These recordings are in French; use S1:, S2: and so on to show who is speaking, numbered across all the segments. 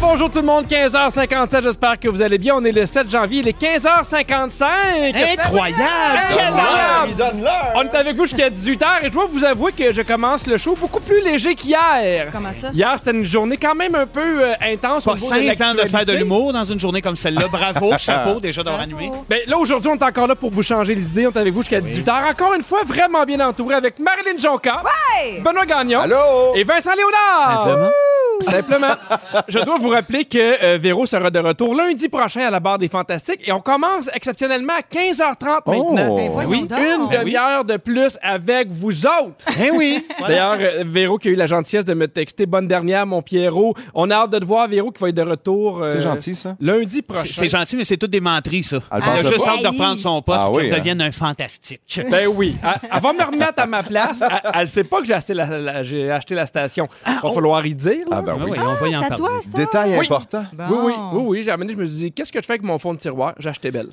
S1: Bonjour tout le monde, 15h57, j'espère que vous allez bien. On est le 7 janvier, il est 15h55.
S2: Incroyable! Quelle
S3: Ah,
S2: heure!
S1: Incroyable! On est avec vous jusqu'à 18h et je dois vous avouer que je commence le show beaucoup plus léger qu'hier.
S3: Comment ça?
S1: Hier, c'était une journée quand même un peu euh, intense. au
S2: Pas
S1: niveau
S2: simple hein, de faire de
S1: l'actualité.
S2: l'humour dans une journée comme celle-là. Bravo,
S4: Ah.
S2: chapeau déjà d'avoir animé.
S1: Ben, là, aujourd'hui, on est encore là pour vous changer les idées. On est avec vous jusqu'à 18h. Encore une fois, vraiment bien entouré avec Marilyn Jonca,
S3: Hey!
S1: Benoît Gagnon
S4: Allô?
S1: et Vincent Léonard.
S2: Simplement.
S1: Simplement. Je dois vous rappeler que euh, Véro sera de retour lundi prochain à la barre des Fantastiques et on commence exceptionnellement à 15h30 maintenant.
S4: Ben
S3: voyons
S1: oui,
S3: donc.
S1: une
S3: Ben oui.
S1: demi-heure de plus avec vous autres.
S2: Eh oui. Voilà.
S1: D'ailleurs, euh, Véro qui a eu la gentillesse de me texter Bonne dernière, mon Pierrot. On a hâte de te voir, Véro, qui va être de retour. euh,
S4: C'est gentil, ça.
S1: Lundi prochain.
S2: C'est- C'est gentil, mais c'est toutes des menteries, ça.
S4: Elle
S2: Il a
S4: pense
S2: juste
S4: pas.
S2: hâte de reprendre son poste
S4: Ah
S2: pour
S4: oui,
S2: qu'il
S4: hein.
S2: devienne un fantastique.
S3: Ah
S1: Ben oui. Elle, elle va me remettre à ma place. Elle, elle sait pas que j'ai acheté la, la- j'ai acheté la station. va falloir y dire. là.
S4: Ah ben
S2: Ah
S4: oui.
S2: oui, on va y en
S3: C'est à
S2: parler.
S3: toi, c'est à toi.
S4: Détail
S1: Oui. Ben,
S4: important.
S1: Oui, oui, oui, oui. J'ai amené, je me suis dit, qu'est-ce que je fais avec mon fond de tiroir? J'ai acheté belle.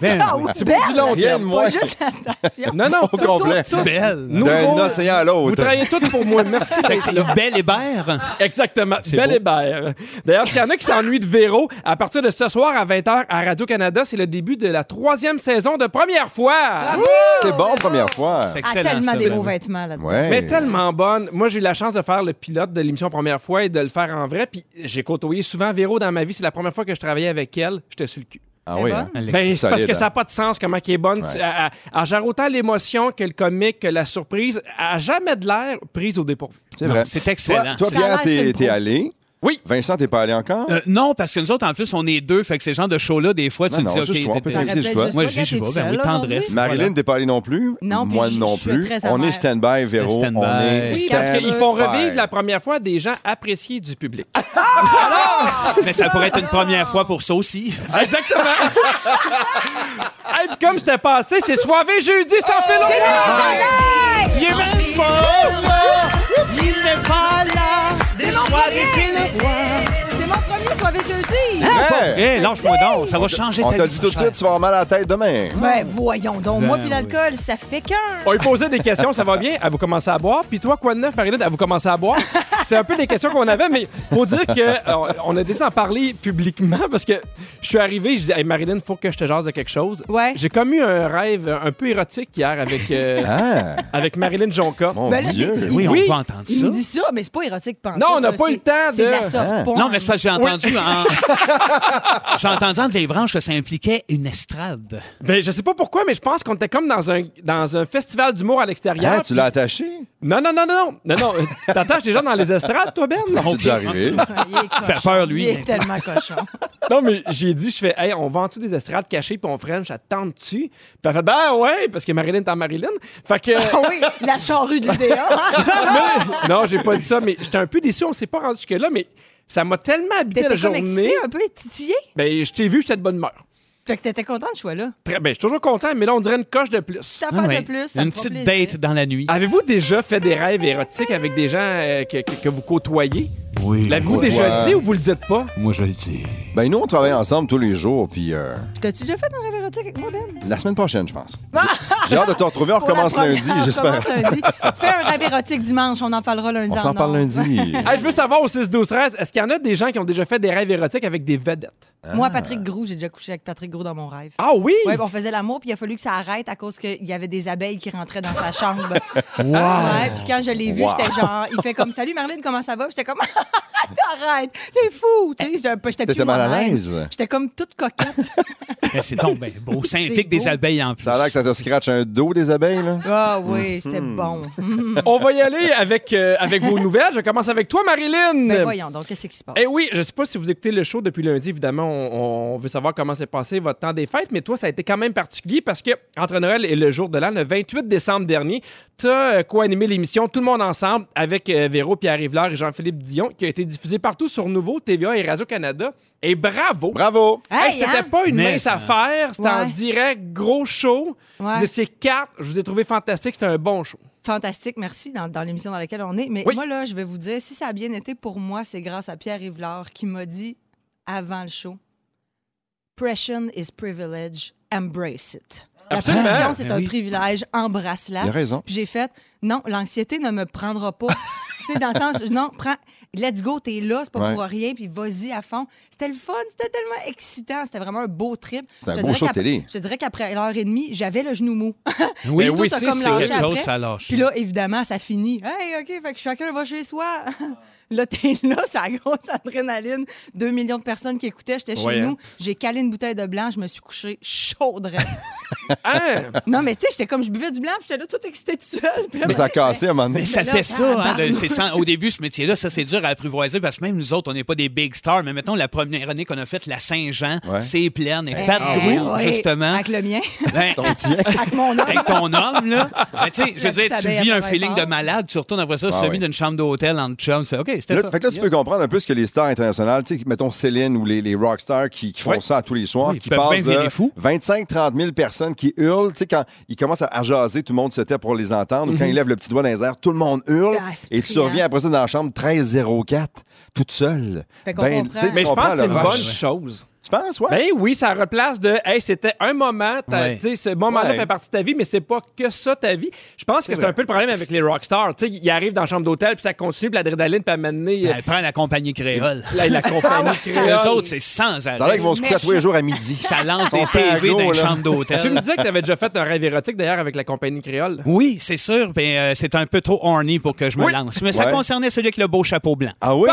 S2: Ben
S3: Ah,
S2: oui.
S3: oui,
S1: C'est
S3: belle!
S1: pour du long
S4: Ah, Rien de
S1: terme.
S4: moins
S3: Pas juste la station.
S1: Non, non.
S4: au complet.
S2: Belle.
S1: Nouveau-
S4: D'un océan à
S1: Vous
S4: l'autre.
S1: travaillez tout pour moi. Merci.
S2: Fait que c'est le bel
S4: Ah.
S2: Hébert.
S1: Exactement. Bel
S2: beau.
S1: Hébert. D'ailleurs, s'il y en a qui s'ennuient de Véro, à partir de ce soir à 20h à Radio-Canada, c'est le début de la troisième saison de Première fois.
S4: C'est bon, première fois.
S2: C'est
S3: Ah,
S2: excellent.
S3: tellement
S2: ça,
S3: des
S2: ben
S3: beaux
S2: oui.
S3: vêtements là-dedans.
S4: Ouais.
S1: Mais tellement bonne. Moi, j'ai eu la chance de faire le pilote de l'émission Première fois et de le faire en vrai. Puis j'ai côtoyé souvent Véro dans ma vie. C'est la première fois que je travaillais avec elle. J'étais sur le cul.
S4: Ah oui. hein?
S2: Alex.
S1: Ben, c'est parce
S4: solide,
S1: que ça n'a
S4: hein.
S1: pas de sens comment elle est bonne.
S4: Ouais.
S1: Elle- Elle elle gère autant l'émotion que le comique, que la surprise. Elle a jamais de l'air prise au dépourvu.
S4: C'est
S2: Non,
S4: vrai.
S2: c'est excellent.
S4: Toi, toi
S3: Ça a
S4: Pierre,
S3: l'air, c'est
S4: t'es
S3: une
S4: t'es
S3: pro.
S4: allé.
S1: Oui.
S4: Vincent, t'es pas allé encore?
S2: Euh, non, parce que nous autres, en plus, on est deux. Fait que ces genres de shows-là, des fois, tu
S4: Non,
S2: te dis,
S4: non,
S2: OK,
S4: juste toi, on
S2: t'étais-
S4: peut s'inviter.
S3: Rappelle
S4: je vois.
S3: juste
S2: Moi,
S3: pas
S2: j'y
S3: quand
S2: vais,
S3: t'es
S2: ben
S3: seul
S2: oui, tendresse.
S3: aujourd'hui.
S4: Marilyn, t'es pas allée non plus.
S3: Non, puis
S4: Moi
S3: je-
S4: non
S3: je suis
S4: plus.
S3: très
S4: on est
S3: amère.
S4: stand-by, Véro.
S2: Stand-by.
S4: On est
S1: Oui,
S2: Oui,
S1: parce qu'ils
S4: stand-by.
S1: font revivre la première fois des gens appréciés du public.
S2: Mais ça pourrait être une première fois pour ça aussi.
S1: Exactement. Hey, puis comme c'était passé, c'est soirée jeudi sans fil rouge.
S2: Il est même Il n'est pas là. Des
S3: C'est mon premier soirée jeudi!
S4: Hey,
S2: Hé, Eh, lâche-moi donc. Ça va changer
S4: On
S2: ta
S4: t'a
S2: vie,
S4: dit
S2: mon
S4: tout de
S2: cher.
S4: suite, tu vas avoir mal à la tête demain.
S3: Ben voyons donc, moi puis l'alcool, ça fait qu'un!
S1: On lui posait des questions, ça va bien? Elle vous commencez à boire. Puis toi, quoi de neuf, Marilyn? Elle vous commencez à boire. C'est un peu des questions qu'on avait, mais faut dire que euh, on a décidé d'en parler publiquement parce que je suis arrivé, je dis, hey, Marilyn, faut que je te jase de quelque chose.
S3: Ouais.
S1: J'ai comme eu un rêve un peu érotique hier avec, euh,
S4: Ah,
S1: avec Marilyn Jonca.
S4: mon
S3: Ben là,
S4: Dieu.
S3: c'est-
S2: Oui,
S1: Oui.
S2: on peut entendre
S3: Il me
S2: ça.
S3: dit ça, mais c'est pas érotique pendant.
S1: Non, on n'a pas eu le temps
S3: C'est
S1: de-
S3: de la soft porn.
S2: Non, mais c'est parce que j'ai entendu en- J'ai entendu entre les branches que ça impliquait une estrade.
S1: Ben, je sais pas pourquoi, mais je pense qu'on était comme dans un, dans un festival d'humour à l'extérieur.
S4: Ah, tu l'as attaché?
S1: Non, non, non, non, non, non, non. T'attaches déjà dans les estrades, toi, Ben?
S4: C'est déjà arrivé.
S3: Il est cochon.
S2: Fait peur, lui.
S3: Il est tellement cochon.
S1: Non, mais j'ai dit, je fais, hey, on va en dessous des estrades cachées, puis on French, attends tu Puis elle fait, ben ouais, parce que Marilyn est en Marilyn. Fait que.
S3: Ah oui, la charrue de l'UDA.
S1: Mais- non, j'ai pas dit ça, mais j'étais un peu déçu, on s'est pas rendu jusque-là, mais ça m'a tellement habité la
S3: T'étais hein? comme
S1: journée.
S3: excité, un peu titillé.
S1: Ben, je t'ai vu, j'étais de bonne humeur.
S3: Fait que t'étais content de ce choix-là.
S1: Très, ben, je suis toujours content, mais là, on dirait une coche de plus.
S3: Ça
S2: Ah
S3: fait
S2: oui.
S3: de plus. ça
S2: Une
S3: me fera
S2: petite
S3: plaisir.
S2: date dans la nuit.
S1: Avez-vous déjà fait des rêves érotiques avec des gens euh, que, que- que vous côtoyez?
S2: oui.
S1: L'avez-vous
S4: Ouais.
S1: déjà dit ou vous le dites pas?
S2: Moi, je le dis.
S4: Ben, nous, on travaille ensemble tous les jours, puis euh,
S3: T'as-tu déjà fait un rêve érotique avec moi, Ben?
S4: la semaine prochaine, je pense. J'ai hâte de te retrouver. On
S3: Pour la
S4: recommence
S3: première,
S4: lundi,
S3: on
S4: j'espère.
S3: recommence lundi. Fais un rêve érotique dimanche, on en parlera lundi.
S4: On
S3: en
S4: s'en parle
S3: ondes.
S4: lundi.
S1: Hey, je veux savoir au 6-12-13, est-ce qu'il y en a des gens qui ont déjà fait des rêves érotiques avec des vedettes?
S4: Ah.
S3: Moi, Patrick Gros, j'ai déjà couché avec Patrick Gros dans mon rêve.
S1: Ah oui?
S3: Ouais, on faisait l'amour, puis il a fallu que ça arrête à cause qu'il y avait des abeilles qui rentraient dans sa chambre.
S2: Wow.
S3: Ouais, puis quand je l'ai vu,
S4: Wow.
S3: j'étais genre, il fait comme Salut Marilyn, comment ça va? Puis J'étais comme Arrête, arrête, t'es fou! Tu sais, j'étais pas- j'étais plus
S4: T'étais mal à
S3: moi-même.
S4: l'aise?
S3: J'étais comme toute coquette.
S2: Mais c'est donc ben beau. Ça
S3: C'est
S2: implique des
S3: beau.
S2: abeilles en plus.
S4: Ça a l'air que ça te scratche un dos des abeilles, là?
S3: Ah oui, c'était
S4: Hmm.
S3: bon. Mhm.
S1: On va y aller avec, euh, avec vos nouvelles. Je commence avec toi, Marilyn.
S3: Mais Ben, voyons donc, qu'est-ce qui se passe?
S1: Eh oui, je sais pas si vous écoutez le show depuis lundi, évidemment, on, on veut savoir comment s'est passé votre temps des fêtes, mais toi, ça a été quand même particulier parce que entre Noël et le jour de l'an, le 28 décembre dernier, tu as co-animé l'émission Tout le monde ensemble avec euh, Véro, Pierre-Yves Laure et Jean-Philippe Dion, qui a été diffusée partout sur Nouveau, TVA et Radio-Canada. Et bravo!
S4: Bravo!
S3: Hey,
S1: Hey, c'était
S3: hein?
S1: pas une
S2: Mais
S1: mince
S2: ça-
S1: affaire, c'était en
S3: Ouais.
S1: direct, gros show.
S3: Ouais.
S1: Vous étiez quatre, je vous ai trouvé fantastique, c'était un bon show.
S3: Fantastique, merci dans, dans l'émission dans laquelle on est. Mais
S1: Oui.
S3: moi, là, je vais vous dire, si ça a bien été pour moi, c'est grâce à Pierre Rivelard qui m'a dit avant le show Pression is privilege, embrace it. La
S1: Absolument.
S3: pression, c'est
S2: Ben
S3: un
S2: oui.
S3: privilège, embrasse-la.
S4: Il a raison.
S3: Puis j'ai fait Non, l'anxiété ne me prendra pas. Tu sais, dans le sens, non, prends, let's go, t'es là, c'est pas
S4: Ouais.
S3: pour rien, puis vas-y à fond. C'était le fun, c'était tellement excitant, c'était vraiment un beau trip.
S4: C'était un
S3: Je te
S4: beau
S3: dirais
S4: show de
S3: qu'après-
S4: télé.
S3: Je te dirais qu'après l'heure et demie, j'avais le genou mou.
S2: Oui,
S3: Tout
S2: oui,
S3: a
S2: c'est
S3: comme
S2: c'est
S3: lâché
S2: quelque chose,
S3: après.
S2: ça lâche.
S3: Puis là, évidemment, ça finit. Hey, OK, fait que chacun va chez soi. là, t'es là, c'est la grosse adrénaline. Deux millions de personnes qui écoutaient, j'étais chez
S1: Ouais, hein.
S3: nous. J'ai calé une bouteille de blanc, je me suis couchée chaudre.
S1: Hein?
S3: non, mais tu sais, j'étais comme, je buvais du blanc, puis j'étais là toute excitée toute seule. Puis là, ben,
S4: Mais ça a cassé à un moment
S2: Mais
S4: donné.
S2: ça
S3: Mais là,
S2: fait ça, hein, de-
S3: tabarnouche.
S2: c'est sans- au début, ce métier-là, ça, c'est dur à apprivoiser parce que même nous autres, on n'est pas des big stars. Mais mettons, la première année qu'on a faite, la Saint-Jean,
S4: Ouais.
S2: c'est pleine. Et Pat
S3: Eh,
S2: Drew,
S3: ouais,
S2: justement,
S3: Avec le mien,
S2: ben,
S4: Ton tien.
S3: avec mon homme.
S2: avec ton homme, là. Ben, tu sais, je
S3: La
S2: veux dire,
S3: petite
S2: tu
S3: abeille
S2: vis
S3: à
S2: un
S3: travail
S2: feeling de
S3: fort.
S2: malade, tu retournes après ça,
S4: Ah
S2: semi
S4: ouais.
S2: d'une chambre d'hôtel en chum. Tu fais, OK, c'était
S4: Là,
S2: ça.
S4: fait que là, tu peux comprendre un peu ce que les stars internationales, tu sais, mettons Céline ou les, les rock stars qui, qui font
S1: Ouais.
S4: ça à tous les soirs,
S2: Oui, ils
S4: qui
S2: peuvent
S4: passent
S2: bien virer
S4: de
S2: fou.
S4: 25-30 000 personnes qui hurlent. Tu sais, quand ils commencent à- à jaser, tout le monde se tait pour les entendre. Ou quand ils lèvent le petit doigt dans les airs, tout le monde hurle.
S3: Mhm. Ah, c'est
S4: et tu
S3: brillant.
S4: reviens après ça dans la chambre 1304, toute seule.
S3: Fait qu'on
S4: Ben,
S3: comprend.
S4: tu sais, tu
S1: Mais je
S4: comprends
S1: pense que c'est
S4: le
S1: une
S4: rush.
S1: bonne chose.
S4: Tu penses, ouais?
S1: Ben oui, ça replace de hey, c'était un moment, t'as-
S2: Ouais.
S1: tu sais, ce moment-là
S4: Ouais.
S1: fait partie de ta vie, mais c'est pas que ça ta vie. Je pense que c'est
S4: vrai.
S1: un peu le problème avec les rockstars. Tu sais, ils arrivent dans la chambre d'hôtel, puis ça continue, puis l'adrénaline, puis à un moment donné,
S2: Elle prend la compagnie créole.
S1: euh, là, la compagnie
S2: Les
S1: créole.
S2: autres, c'est sans arrêt.
S4: ça a l'air qu'ils vont se coucher à tous les jours à midi.
S2: Ça lance des
S4: Ils sont à
S2: PV
S4: gros,
S2: dans les
S4: là.
S2: chambres
S1: Tu me
S2: d'hôtel.
S1: disais que tu avais déjà fait un rêve érotique d'ailleurs avec la compagnie créole.
S2: Oui, c'est sûr, mais euh, c'est un peu trop horny pour que je me
S1: Oui.
S2: lance. Mais ça
S4: Ouais.
S2: concernait celui avec le beau chapeau blanc.
S4: Ah oui?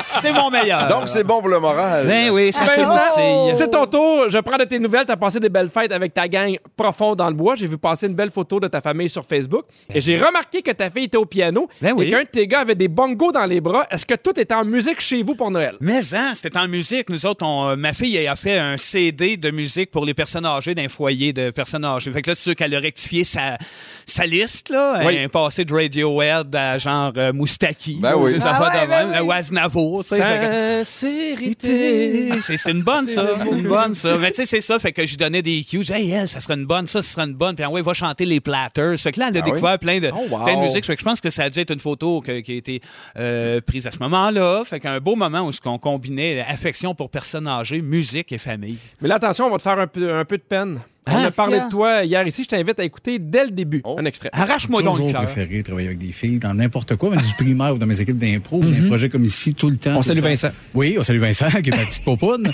S2: C'est mon meilleur.
S4: Donc, c'est bon pour le moral.
S2: Ben oui, ça
S1: Vincent,
S2: se
S1: C'est ton tour. Je prends de tes nouvelles. T'as passé des belles fêtes avec ta gang profond dans le bois. J'ai vu passer une belle photo de ta famille sur Facebook. Et j'ai remarqué que ta fille était au piano
S2: Ben oui.
S1: et qu'un de tes gars avait des bongos dans les bras. Est-ce que tout était en musique chez vous pour Noël?
S2: mais hein, c'était en musique. Nous autres, on, euh, ma fille elle a fait un CD de musique pour les personnes âgées d'un foyer de personnes âgées. Fait que là, c'est sûr qu'elle a rectifié sa, sa liste, là.
S1: Oui.
S2: Elle est passée de Radiohead à genre euh, Moustaki.
S4: Ben
S2: là,
S4: oui.
S2: des
S4: Ah
S2: affaires
S3: ouais,
S2: de
S3: ben
S2: même,
S3: oui.
S2: euh, ou Aznavour, tu sais. Fait que-
S1: Sincérité.
S2: Ah, C'est c'est une bonne, ça.
S1: le
S2: C'est une bonne, ça. Mais tu sais, c'est ça. Fait que je lui donnais des cues. J'ai dit, hey, elle, ça sera une bonne, ça, ça sera une bonne. Puis, ah ouais, va chanter les platters. Fait que là, elle a
S4: Ah oui?
S2: découvert plein, de,
S1: Oh, wow.
S2: plein de musique. Fait que je pense que ça a dû être une photo que- qui a été euh, prise à ce moment-là. Fait qu'un beau moment où ce qu'on combinait affection pour personnes âgées, musique et famille.
S1: Mais là, attention, on va te faire un peu, un peu de peine. On a
S3: qu'est-ce
S1: parlé
S3: qu'il y a?
S1: de toi hier ici. Je t'invite à écouter dès le début un extrait.
S2: Arrache-moi
S5: J'ai
S2: donc
S5: toujours
S2: le cœur.
S5: préféré travailler avec des filles dans n'importe quoi, mais du primaire ou dans mes équipes d'impro, ou dans des projets comme ici, tout le temps.
S1: On
S5: tout le
S1: salue
S5: temps.
S1: Vincent.
S5: Oui, on salue Vincent, qui est ma petite popoune.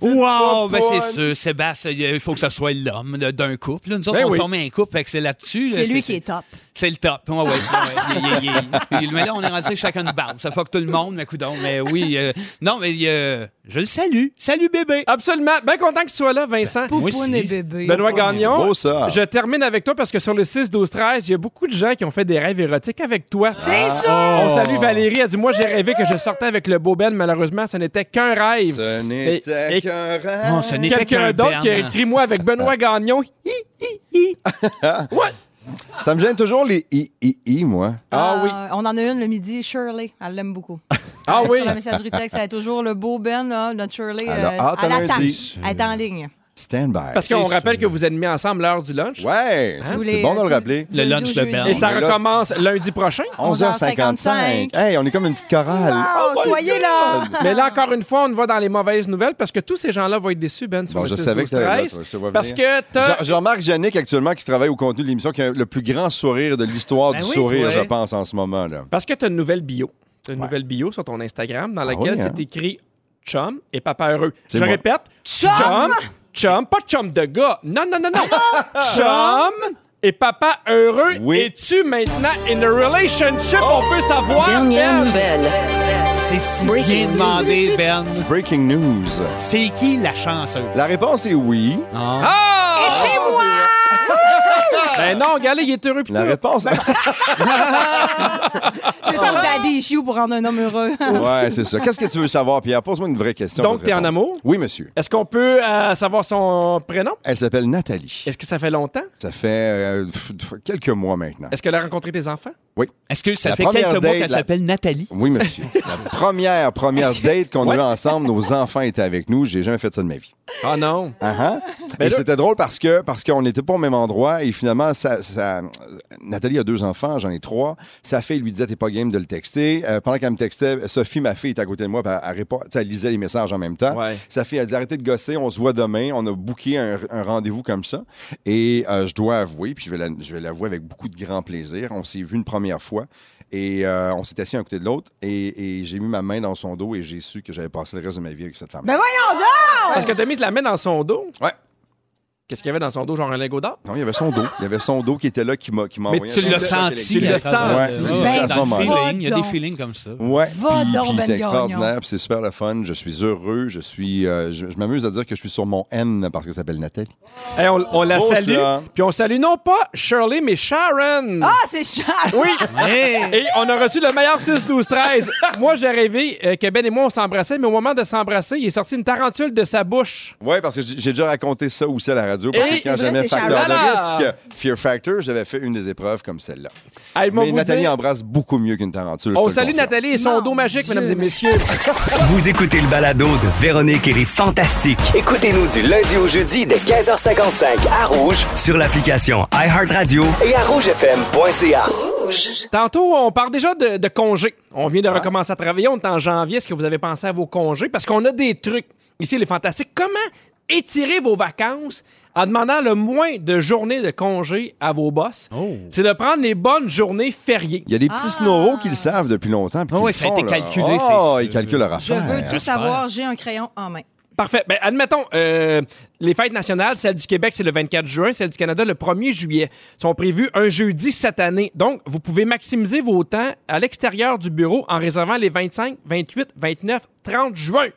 S2: Wow, ben
S4: Popoine.
S2: c'est sûr. Sébastien, il faut que ça soit l'homme là, d'un couple. là. Nous autres,
S1: Ben
S2: on
S1: oui.
S2: formait un couple. Fait que c'est là-dessus. là,
S3: C'est lui qui est top.
S2: C'est le top. Ouais, ouais, ouais. Il- il- il- il- mais là, on est rendu chacun une barbe. Ça fuck tout le monde, mais coudon. Mais oui. euh, non, mais euh, je le salue. Salut, bébé.
S1: Absolument. Bien content que tu sois là, Vincent.
S2: Moi
S3: Poupoune
S2: aussi.
S3: et bébé.
S1: Benoît Gagnon,
S4: beau, ça.
S1: Oh, je termine avec toi parce que sur le 6-12-13, il y a beaucoup de gens qui ont fait des rêves érotiques avec toi.
S3: C'est ça!
S4: Ah.
S1: On
S4: Oh.
S1: salue Valérie. Elle dit Moi, j'ai rêvé que je sortais avec le beau Ben. Malheureusement, ce n'était qu'un rêve.
S4: Ce
S1: Et-
S4: n'était
S1: et-
S4: qu'un rêve.
S2: Non, Oh, ce n'est- n'était
S1: Quelqu'un
S2: qu'un
S1: d'autre qui a
S2: Ben.
S1: écrit Moi avec Benoît Gagnon. Hi, hi, hi.
S4: Ah.
S1: What?
S4: Ça me gêne toujours les i, i, i, moi.
S1: Ah oui.
S3: Euh, on en a une le midi, Shirley. Elle l'aime beaucoup.
S1: Ah
S3: Euh,
S1: oui.
S3: Sur la messagerie texte, elle a toujours le beau Ben, là, notre Shirley. euh,
S4: Elle a hâte à
S3: elle attend.
S4: lundi. Hein?
S3: Elle est en ligne.
S4: Stand by.
S1: Parce qu'on rappelle que vous êtes mis ensemble l'heure du lunch.
S4: Ouais,
S3: Tous
S4: c'est
S3: les- euh, Oh,
S4: bon de
S3: tous-
S4: le rappeler.
S2: Le lunch
S3: lundi
S2: de
S3: au jeudi.
S2: Ben.
S1: Et ça
S4: On est là.
S1: recommence lundi prochain.
S4: 11h55. Hey, on est comme une petite chorale.
S3: Wow,
S4: Oh my
S3: soyez
S4: God!
S3: là!
S1: Mais là, encore une fois, on va dans les mauvaises nouvelles parce que tous ces gens-là vont être déçus, Ben, sur
S4: Bon,
S1: le
S4: je
S1: 6,
S4: savais
S1: 12,
S4: que t'allais là,
S1: 13,
S4: toi, je te vois
S1: Parce que
S4: venir.
S1: t'as...
S4: Je, je remarque Yannick actuellement qui travaille au contenu de l'émission qui a le plus grand sourire de l'histoire
S2: Ben
S4: du
S2: oui,
S4: sourire,
S2: toi.
S4: je pense, en ce moment. là.
S1: Parce que tu as une nouvelle bio. Tu une nouvelle bio sur ton Instagram dans laquelle
S4: oui, hein?
S1: c'est écrit chum et papa heureux. Je
S4: C'est moi.
S1: répète, chum, chum, pas chum de gars. Non, non, non, non. chum et papa heureux.
S4: Oui.
S1: Es-tu maintenant in a relationship? On peut savoir.
S6: Dernière
S1: Ben?
S6: nouvelle.
S2: C'est si
S6: Breaking
S2: bien demandé, Ben.
S4: Breaking news.
S2: C'est qui la chanceuse?
S4: La réponse est oui.
S1: Ah! Et c'est moi! ben non, regardez, il est heureux. pis
S4: La
S1: tout.
S4: réponse.
S3: Je ton daddy issue pour rendre un homme heureux.
S4: ouais, c'est ça. Qu'est-ce que tu veux savoir, Pierre? Pose-moi une vraie question.
S1: Donc,
S4: je vais te
S1: t'es en
S4: répondre.
S1: amour?
S4: Oui, monsieur.
S1: Est-ce qu'on peut euh, savoir son prénom?
S4: Elle s'appelle Nathalie.
S1: Est-ce que ça fait longtemps?
S4: Ça fait euh, pff, pff, quelques mois maintenant.
S1: Est-ce qu'elle a rencontré tes enfants?
S4: Oui.
S2: Est-ce que ça
S4: La
S2: fait
S4: première
S2: quelques mois
S4: date,
S2: qu'elle
S4: la-
S2: s'appelle Nathalie?
S4: Oui, monsieur. La première, première date qu'on a eue ensemble, nos enfants étaient avec nous. J'ai jamais fait ça de ma vie.
S1: Ah non.
S4: Ah, ah.
S1: Ben
S4: Et
S1: là-
S4: c'était drôle parce que parce qu'on n'était pas au même endroit et finalement, ça, ça- Nathalie a deux enfants, j'en ai trois. Sa fille lui disait, t'es pas game de le texter. Euh, pendant qu'elle me textait, Sophie, ma fille, était à côté de moi, puis elle, elle répond- tu sais, elle lisait les messages en même temps.
S1: Ouais.
S4: Sa fille a dit, arrêtez de gosser, on se voit demain. On a booké un, un rendez-vous comme ça. Et euh, je dois avouer, puis je vais la- je vais l'avouer avec beaucoup de grand plaisir, on s'est vu une première fois. Et euh, on s'est assis à côté de l'autre et, et j'ai mis ma main dans son dos et j'ai su que j'avais passé le reste de ma vie avec cette femme.
S3: Ben voyons donc!
S1: Parce que t'as mis la main dans son dos.
S4: Ouais.
S1: Qu'est-ce qu'il y avait dans son dos, genre un lingot d'or?
S4: Non, il y avait son dos. Il y avait son dos qui était là, qui m'a qui m'a
S1: Mais
S4: envoyé
S1: tu
S4: un
S2: Tu l'as
S4: choc
S2: senti.
S1: tu l'as
S4: électrique.
S2: à travers-
S4: senti.
S2: Ouais,
S4: Ben,
S2: ouais, dans le
S4: va
S2: feeling, Il y a des
S3: donc.
S2: feelings comme ça.
S4: Ouais,
S3: Va
S4: puis,
S3: donc,
S4: puis
S3: Ben
S4: c'est
S3: Gagnon.
S4: extraordinaire, puis c'est super le fun. Je suis heureux, je suis, euh, je, je m'amuse à dire que je suis sur mon N parce que ça s'appelle Nathalie.
S1: Hey, on, on la
S4: Oh,
S1: salue.
S4: ça.
S1: Puis on salue non pas Shirley, mais Sharon.
S3: Ah, c'est cher!
S1: Oui!
S2: Hey!
S1: Et on a reçu le meilleur 6-12-13. moi, j'ai rêvé euh, que Ben et moi, on s'embrassait, mais au moment de s'embrasser, il est sorti une tarentule de sa bouche.
S4: Ouais, parce que j- j'ai déjà raconté ça aussi à la radio parce
S1: Eh,
S4: que quand
S3: c'est vrai,
S4: j'aimais
S3: c'est
S1: Charlotte.
S4: Facteur de risque, Fear Factor, j'avais fait une des épreuves comme celle-là.
S1: Hey, moi,
S4: Mais
S1: vous
S4: Nathalie
S1: dire,
S4: embrasse beaucoup mieux qu'une tarentule. je
S2: Oh,
S4: te
S1: on
S4: le
S1: salue
S4: confirme.
S1: Nathalie et son
S3: Mon
S1: dos magique,
S3: Dieu.
S1: mesdames et messieurs.
S6: Vous écoutez le balado de Véronique et les Fantastiques
S7: Écoutez-nous du lundi au jeudi dès 15h55 à Rouge
S6: sur l'application iHeartRadio.
S7: et à rougefm.ca.
S1: Tantôt, on parle déjà de, de congés. On vient de recommencer à travailler. On est en janvier. Est-ce que vous avez pensé à vos congés? Parce qu'on a des trucs. Ici, les fantastiques. Comment étirer vos vacances en demandant le moins de journées de congés à vos boss? C'est de prendre les bonnes journées fériées.
S4: Il y a des petits snoros qui le savent depuis longtemps. puis
S2: Ah
S4: qui
S2: ouais,
S4: le
S2: ça a
S4: font,
S2: été
S4: là.
S2: calculé, c'est
S4: Oh,
S2: sûr.
S4: ils calculent leur
S3: Je veux
S4: affaire.
S3: tout savoir, j'ai un crayon en main.
S1: Parfait. Ben, admettons, euh, les fêtes nationales, celle du Québec, c'est le 24 juin, celle du Canada, le 1er juillet, sont prévues un jeudi cette année. Donc, vous pouvez maximiser vos temps à l'extérieur du bureau en réservant les 25, 28, 29, 30 juin.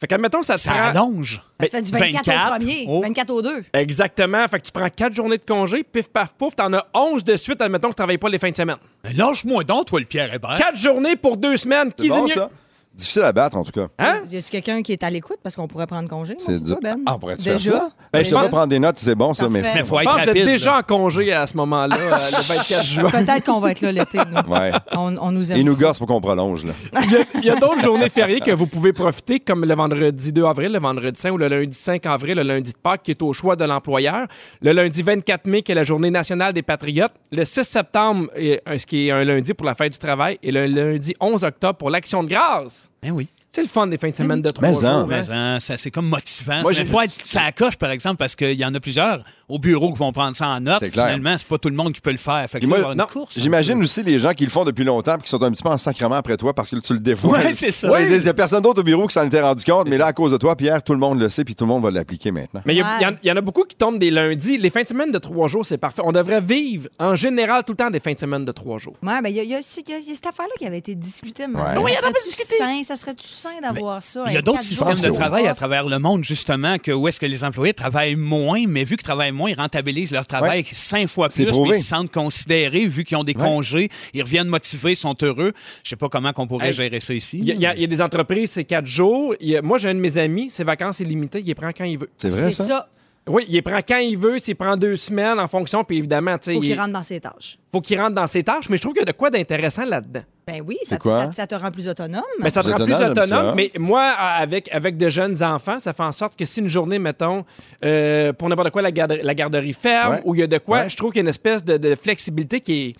S1: Fait qu'admettons, ça te
S2: Ça
S1: prend-
S2: allonge.
S3: Ça fait du 24, au
S2: 24.
S3: premier,
S2: Oh.
S3: 24 au 2.
S1: Exactement. Fait que tu prends quatre journées de congé, pif, paf, pouf, t'en as 11 de suite, admettons que tu travailles pas les fins de semaine.
S2: Mais Lâche-moi donc, toi, le Pierre Hébert.
S1: Quatre journées pour deux semaines, qui
S4: C'est bon,
S1: dit mieux?
S4: ça? Difficile à battre, en tout cas.
S1: Hein?
S3: Y a-tu quelqu'un qui est à l'écoute parce qu'on pourrait prendre congé? moi,
S4: C'est
S3: pour
S4: dur.
S3: toi, Ben.
S4: Ah, pourrais-tu
S3: Déjà?
S4: faire ça?
S1: Ben,
S4: je
S1: je pense-
S4: devrais prendre des notes, c'est bon, ça,
S3: Parfait.
S4: merci.
S2: Mais faut
S1: Je
S2: être
S1: pense que vous
S2: rapide,
S1: êtes déjà
S2: là.
S1: en congé à ce moment-là, euh, le 24 juin.
S3: Peut-être qu'on va être là l'été, nous.
S4: Ouais.
S3: On, on nous aime.
S4: Ils nous
S3: trop.
S4: gossent pour qu'on prolonge, là.
S1: Il y a- Il y a, d'autres journées fériées que vous pouvez profiter, comme le vendredi 2 avril, le vendredi 5 ou le lundi 5 avril, le lundi de Pâques, qui est au choix de l'employeur. Le lundi 24 mai, qui est la journée nationale des patriotes. Le 6 septembre, est- euh, ce qui est un lundi pour la fête du travail. Et le lundi 11 octobre pour l'action de grâce.
S2: Ben oui.
S1: C'est le fun des fins de semaine de trois
S4: Mais en.
S1: jours. hein.
S2: Mais hein, ça, c'est comme motivant.
S4: Moi,
S2: ça,
S4: j'ai-
S2: faut être- ça accroche, par exemple, parce qu'il y en a plusieurs au bureau qui vont prendre ça en note.
S4: C'est clair.
S2: Finalement, c'est pas tout le monde qui peut le faire. Fait que
S4: Puis
S2: là,
S4: moi,
S2: avoir une
S1: non,
S2: course.
S4: J'imagine aussi les gens qui le font depuis longtemps puis qui sont un petit peu en sacrement après toi parce que tu le dévoiles.
S2: Ouais, c'est ça.
S4: Ouais, Il y a personne d'autre au bureau qui s'en était rendu compte, mais là, à cause de toi, Pierre, tout le monde le sait puis tout le monde va l'appliquer maintenant.
S1: Mais il y, a-
S3: Ouais.
S1: il y en- il y en a beaucoup qui tombent des lundis. Les fins de semaine de trois jours, c'est parfait. On devrait vivre en général tout le temps des fins de semaine de trois jours.
S3: Ouais, ben, il y, a- il y a ce- il y a- il y a cette affaire-là qui avait été discutée. mais
S4: Ouais.
S3: ça
S4: Oui,
S1: il y en avait
S3: serait-tu
S1: discuté.
S3: sain? Ça serait-tu sain d'avoir ça?
S2: Il y a
S3: hein,
S2: d'autres
S3: quatre
S2: systèmes
S3: jours
S2: de
S4: que oui.
S2: travail à
S3: off?
S2: travers le monde, justement, que où est-ce que les employés travaillent moins, mais vu qu'ils travaillent moins, ils rentabilisent leur travail cinq fois
S4: C'est
S2: plus, puis
S4: prouvé.
S2: ils se sentent considérés, vu qu'ils ont des
S4: Ouais.
S2: congés, ils reviennent motivés, ils sont heureux. Je sais pas comment qu'on pourrait
S1: Hey,
S2: gérer ça ici.
S1: Il y, a-
S4: Hmm.
S1: il y a- il y a des entreprises, c'est quatre jours. Il y a- moi, j'ai un de mes amis, ses vacances illimitées, il les prend quand il veut.
S4: C'est vrai,
S3: C'est
S4: ça?
S3: ça.
S1: Oui, il les prend quand il veut, s'il prend deux semaines en fonction, puis évidemment, tu sais,
S3: Faut
S1: il
S3: qu'il rentre dans ses tâches.
S1: faut qu'il rentre dans ses tâches, mais je trouve qu'il y a de quoi d'intéressant là-dedans.
S3: Ben oui,
S4: C'est
S3: ça, te-
S4: quoi?
S3: ça- ça te rend plus autonome.
S1: Mais ça te
S4: C'est
S1: rend plus
S4: étonnant, j'aime
S1: autonome.
S4: ça. hein?
S1: Mais moi, à- avec, avec de jeunes enfants, ça fait en sorte que si une journée, mettons, euh, pour n'importe quoi, la, garde- la garderie ferme
S4: Ouais.
S1: ou il y a de quoi,
S4: Ouais.
S1: je trouve qu'il y a une espèce de, de flexibilité qui est,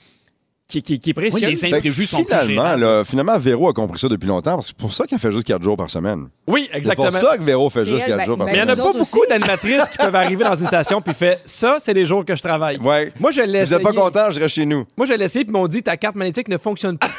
S1: qui, qui- qui est précieuse.
S2: Oui, les
S4: Fait que
S2: imprévus sont plus
S4: finalement,
S2: gérables.
S4: là, finalement, Véro a compris ça depuis longtemps parce que c'est pour ça qu'elle fait juste quatre jours par semaine.
S1: Oui,
S4: C'est
S1: exactement.
S4: pour ça que Véro fait
S3: C'est
S4: juste
S3: elle,
S4: quatre
S3: ben-
S4: jours par
S3: ben,
S1: Mais il n'y en a
S4: semaine.
S1: pas
S3: Nous autres
S1: beaucoup
S3: aussi.
S1: d'animatrices qui peuvent arriver dans une station puis fait ça, c'est les jours que je travaille.
S4: Ouais.
S1: Moi, je l'ai
S4: Vous êtes pas
S1: essayé.
S4: content, je reste chez nous.
S1: Moi, je l'ai essayé puis ils m'ont dit ta carte magnétique ne fonctionne plus.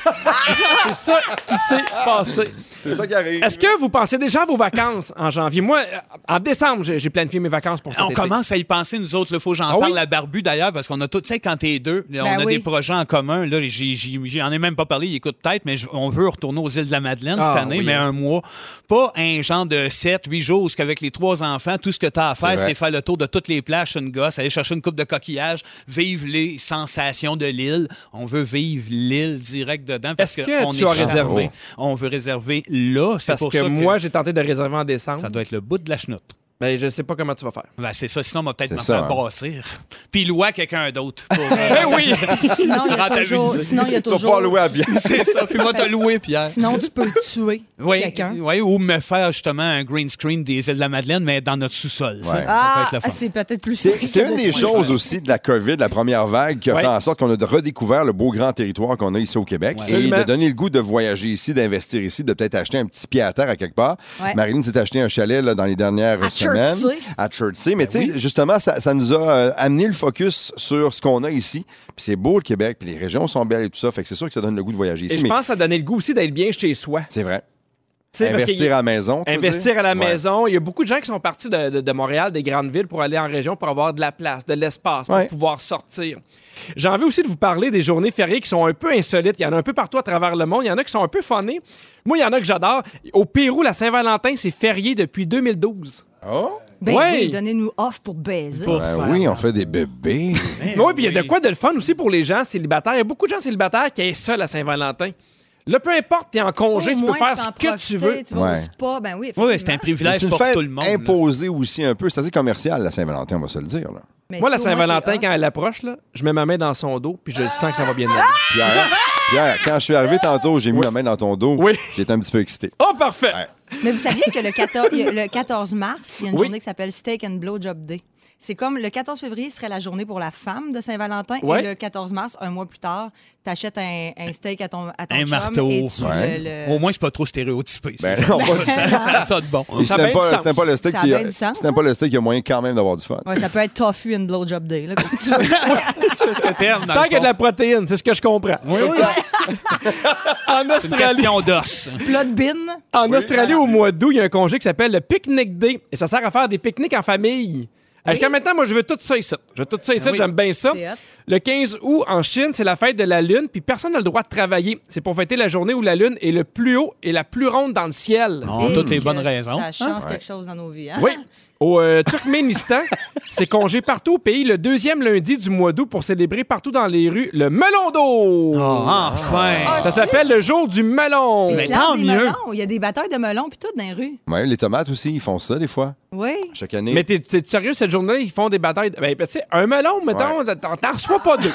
S1: c'est ça qui s'est passé.
S4: C'est ça qui arrive.
S1: Est-ce que vous pensez déjà à vos vacances en janvier? Moi, euh, en décembre, j'ai j'ai planifié mes vacances pour cet
S2: On
S1: été.
S2: commence à y penser, nous autres. Il faut que j'en
S1: Ah oui?
S2: parle à Barbu, d'ailleurs, parce qu'on a tout. Tu sais, quand t'es deux, là,
S3: Ben
S2: on a
S3: oui.
S2: des projets en commun. Là, j'ai- j'ai- j'en ai même pas parlé, il écoute peut-être, mais je- on veut retourner aux îles de la Madeleine
S1: Ah,
S2: cette année,
S1: oui.
S2: mais un mois. Pas un genre de 7, 8 jours, parce qu'avec les trois enfants, tout ce que t'as à faire,
S4: vrai.
S2: c'est faire le tour de toutes les plages, une gosse, aller chercher une coupe de coquillages, vivre les sensations de l'île. On veut vivre l'île direct dedans parce
S1: Est-ce que
S2: qu'on
S1: tu as réservé?
S2: On veut réserver là. C'est
S1: Parce
S2: pour
S1: que
S2: ça que
S1: moi, j'ai tenté de réserver en décembre.
S2: ça doit être le bout de la chenoute.
S1: Ben, je sais pas comment tu vas faire.
S2: Ben, c'est ça, sinon on va peut-être
S4: C'est
S2: m'en
S4: ça,
S2: faire
S4: hein.
S2: bâtir. Puis louer à quelqu'un d'autre. pour, euh,
S1: Ben oui!
S3: Sinon, il y a
S2: Rentabiliser.
S3: toujours. Sinon, il y a
S4: Tu vas pas
S3: toujours. Ben,
S4: louer à bien.
S2: c'est ça, puis moi te louer, Pierre.
S3: Sinon, tu peux tuer
S2: Oui,
S3: quelqu'un.
S2: oui, ou me faire justement un green screen des îles de la Madeleine, mais dans notre sous-sol.
S4: Ouais.
S2: Ça
S3: Ah,
S2: peut être le fun.
S3: ah, c'est peut-être plus
S4: C'est
S3: simple
S4: c'est
S3: que
S4: une
S3: de
S4: des
S3: tuer.
S4: choses aussi de la COVID, la première vague, qui a
S2: Ouais.
S4: fait en sorte qu'on a redécouvert le beau grand territoire qu'on a ici au Québec et
S1: Absolument.
S4: de donner le goût de voyager ici, d'investir ici, de peut-être acheter un petit pied à terre à quelque part.
S3: Ouais.
S4: Marilyn s'est acheté un chalet là, dans les dernières
S3: À
S4: semaines
S3: Chertsey.
S4: à Chertsey.
S1: Ben
S4: Mais tu sais, justement, ça, ça nous a euh, amené le focus sur ce qu'on a ici. Puis c'est beau le Québec, puis les régions sont belles et tout ça. Fait que c'est sûr que ça donne le goût de voyager
S1: Et
S4: ici.
S1: je
S4: Mais
S1: pense que ça donnait le goût aussi d'être bien chez soi.
S4: c'est vrai.
S1: Tu sais, parce qu'il-
S4: Investir à la maison. tu veux
S1: Investir
S4: dire?
S1: à la
S4: Ouais.
S1: maison. Il y a beaucoup de gens qui sont partis de, de- de Montréal, des grandes villes, pour aller en région, pour avoir de la place, de l'espace, pour
S4: Ouais.
S1: pouvoir sortir. J'ai envie aussi de vous parler des journées fériées qui sont un peu insolites. Il y en a un peu partout à travers le monde. Il y en a qui sont un peu funny. Moi, il y en a que j'adore. Au Pérou, la Saint-Valentin, c'est férié depuis 2012.
S4: Oh!
S3: Ben
S1: Ouais.
S3: oui, donnez-nous off pour baiser.
S2: Pour
S4: Ben
S2: faire-
S4: oui, on fait des bébés.
S2: Ben
S1: Oui, puis il y a de
S2: oui.
S1: quoi de le fun aussi pour les gens célibataires. Il y a beaucoup de gens célibataires qui est seuls à Saint-Valentin. Là, peu importe, t'es en
S3: Au
S1: congé, tu peux
S3: moins,
S1: faire
S3: t'en
S1: ce que tu
S3: profiter,
S1: veux.
S3: Tu vas
S4: Ouais.
S3: au spa, ben oui.
S2: Oui, oui, c'est
S3: effectivement.
S2: un
S4: Mais
S2: privilège
S4: C'est une
S2: pour
S4: fête
S2: tout le monde. là.
S4: imposée aussi un peu. C'est assez commercial, la Saint-Valentin, on va se le dire. Là.
S3: Mais
S1: Moi, la
S3: tu sais, au moins,
S1: Saint-Valentin,
S3: t'es
S1: quand elle approche, là, je mets ma main dans son dos, puis je sens que ça va bien aller.
S3: Ah!
S4: Pierre, Pierre, quand je suis arrivé tantôt, j'ai mis ma main dans ton dos.
S1: Oui.
S4: J'étais un petit peu excité.
S1: Oh, parfait!
S3: off. Mais vous saviez que le 14, il y a- le 14 mars, il y a une
S1: Oui.
S3: journée qui s'appelle Steak and Blow Job Day. C'est comme le 14 février serait la journée pour la femme de Saint-Valentin.
S1: Ouais.
S3: Et le 14 mars, un mois plus tard, t'achètes un, un steak à ton, à ton
S2: Un
S3: chum
S2: marteau. Oh.
S3: et tu
S4: Ouais.
S3: le- le-
S2: Au moins, c'est pas trop stéréotypé.
S4: Ben,
S2: ça.
S4: on va-
S2: ça, ça de bon.
S4: Et si
S1: Ça a
S4: t'aimes
S1: bien du
S4: pas,
S1: sens.
S4: si t'aimes pas le steak,
S3: Ça a
S4: il y
S3: bien du
S4: a-
S3: sens, hein?
S4: si t'aimes pas le steak, il y a moyen quand même d'avoir du fun.
S3: Ouais, ça peut être tofu and blow job day. Là, comme tu veux.
S1: Tant qu'il y a de la protéine, c'est ce que je comprends. en
S2: C'est une
S1: Australie,
S2: question d'os.
S3: Plat de bine.
S1: en Australie au mois d'août, il y a un congé qui s'appelle le Picnic Day. Et ça sert à faire des pique-niques en famille. Alors, Jusqu'à maintenant, moi, je veux tout ça ici. Je veux tout ça ici,
S2: oui.
S1: j'aime bien ça.
S3: Ah C'est hot.
S1: Le 15 août, en Chine, c'est la fête de la Lune, puis personne n'a le droit de travailler. C'est pour fêter la journée où la Lune est le plus haut et la plus ronde dans le ciel.
S2: Pour
S3: Et
S2: toutes les
S3: que
S2: bonnes raisons. Ah.
S3: Ça change quelque chose dans nos vies. hein?
S1: Oui. Au euh, Turkménistan, c'est congé partout au pays le deuxième lundi du mois d'août pour célébrer partout dans les rues le melon d'eau.
S4: Oh.
S2: Enfin!
S3: Ah,
S1: Ça s'appelle le jour du melon.
S3: Ils
S2: Mais
S3: se lancent
S2: tant
S3: des
S2: mieux.
S3: melons. Il y a des batailles de melons puis tout dans les rues.
S4: Ouais, les tomates aussi, ils font ça des fois,
S3: Oui.
S4: chaque année.
S1: Mais t'es, t'es sérieux, cette journée-là, ils font des batailles. de- Ben, ben, tu sais, un melon, mettons, t'en, t'en reçois pas deux.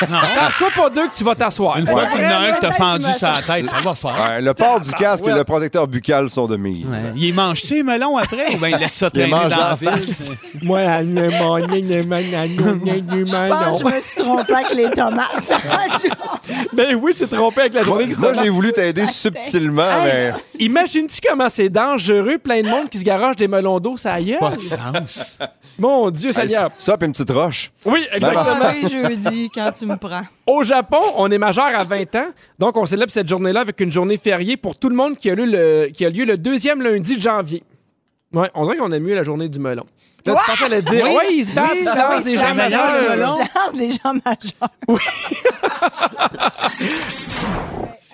S1: t'en reçois pas deux que tu vas t'asseoir.
S2: Une fois qu'il y en a un qui t'a fendu sa tête, ça va faire.
S4: Ouais, le port
S1: Ah,
S4: du casque et le protecteur buccal sont de mise.
S2: Il mange ses melons après ou bien il laisse ça traîner dans
S4: mange
S2: la
S4: en
S2: ville?
S4: face.
S1: Moi, je
S3: me suis trompée avec les tomates.
S1: Ben oui, tu t'es trompé avec la
S4: Moi,
S1: journée. du
S4: moi,
S1: melon.
S4: j'ai voulu t'aider subtilement, mais
S1: Imagines-tu comment c'est dangereux, plein de monde qui se garage des melons d'eau, ça aille.
S2: Pas de sens.
S1: Mon Dieu, Seigneur.
S4: ça, puis une petite roche.
S1: Oui,
S2: Ben,
S1: exactement.
S3: Mauvais jeudi quand tu me prends.
S1: Au Japon, on est majeur à 20 ans, donc on célèbre cette journée-là avec une journée fériée pour tout le monde qui a lieu le, qui a lieu le deuxième lundi de janvier. Ouais, on dirait qu'on aime mieux la journée du melon. Là, tu pensais le dire. Oui, ils se battent, ils se lancent des
S2: c'est
S1: gens
S2: la meilleure, le
S1: majeurs.
S2: melon.
S3: Je lance des gens majeurs.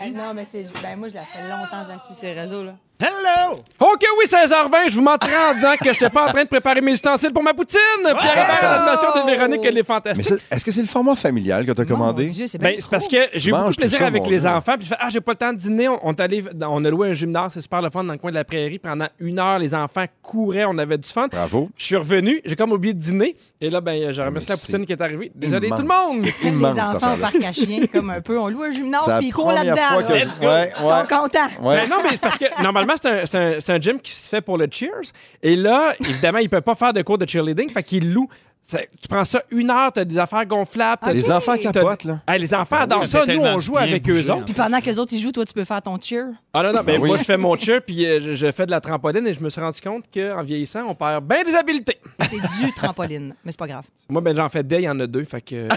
S3: Oui. non, mais c'est. Ben, moi, je la fais longtemps, je la suis, ces réseaux-là.
S2: Hello!
S1: Ok, oui, 16h20, je vous mentirais en disant que je n'étais pas en train de préparer mes ustensiles pour ma poutine. Pierre Hébert, à l'animation de Véronique, elle est
S4: Mais
S1: fantastique.
S4: ça, est-ce que c'est le format familial que t'as commandé?
S3: Oh Mon Dieu, c'est bien
S1: Ben, c'est parce que j'ai eu
S4: Tu
S1: beaucoup
S4: manges
S1: de plaisir
S4: tout ça,
S1: avec
S4: mon
S1: les
S4: gars.
S1: enfants. Puis je fais, ah, j'ai pas le temps de dîner. On, on est allé dans- on a loué un gymnase, c'est super le fun, dans le coin de la prairie. Pendant une heure, les enfants couraient, on avait du fun.
S4: Bravo.
S1: Je suis revenu, j'ai comme oublié de dîner. Et là, ben, je remercie
S4: Mais
S1: la poutine
S4: c'est
S1: qui est arrivée. Désolé
S4: immense.
S1: tout le monde!
S4: C'est
S3: Les
S4: immense, cette
S3: enfants au
S4: affaire-là.
S3: parc à chiens, comme un peu. On loue un gymnase,
S4: C'est la
S3: puis ils courent
S4: première
S3: là-dedans.
S4: fois que
S3: là.
S4: je- Let's go. Ouais,
S3: Ils
S4: ouais.
S3: sont contents.
S4: Ouais.
S1: Ben non, mais c'est parce que normalement, c'est un, c'est un- c'est un gym qui se fait pour le cheers. Et là, évidemment, il peut pas faire de cours de cheerleading. Fait qu'il loue. Ça- tu prends ça une heure, t'as des affaires gonflables. t'as-
S4: Ah, Les
S1: t'as-
S4: enfants capotent, là. Ah,
S1: Hey, les enfants adorent
S2: ça
S1: ça.
S2: fait
S1: Nous,
S2: tellement
S1: on
S2: du
S1: joue
S2: bien
S1: avec
S2: bouger,
S1: eux
S2: en
S1: autres.
S3: Puis pendant qu'eux autres, ils jouent, toi, tu peux faire ton cheer.
S1: Ah non, non, mais
S4: oui.
S1: moi, je fais mon cheer, puis euh, je, je fais de la trampoline, et je me suis rendu compte qu'en vieillissant, on perd bien des habiletés.
S3: C'est du trampoline, mais c'est pas grave.
S1: Moi, ben, j'en fais deux, il y en a deux, fait que... euh,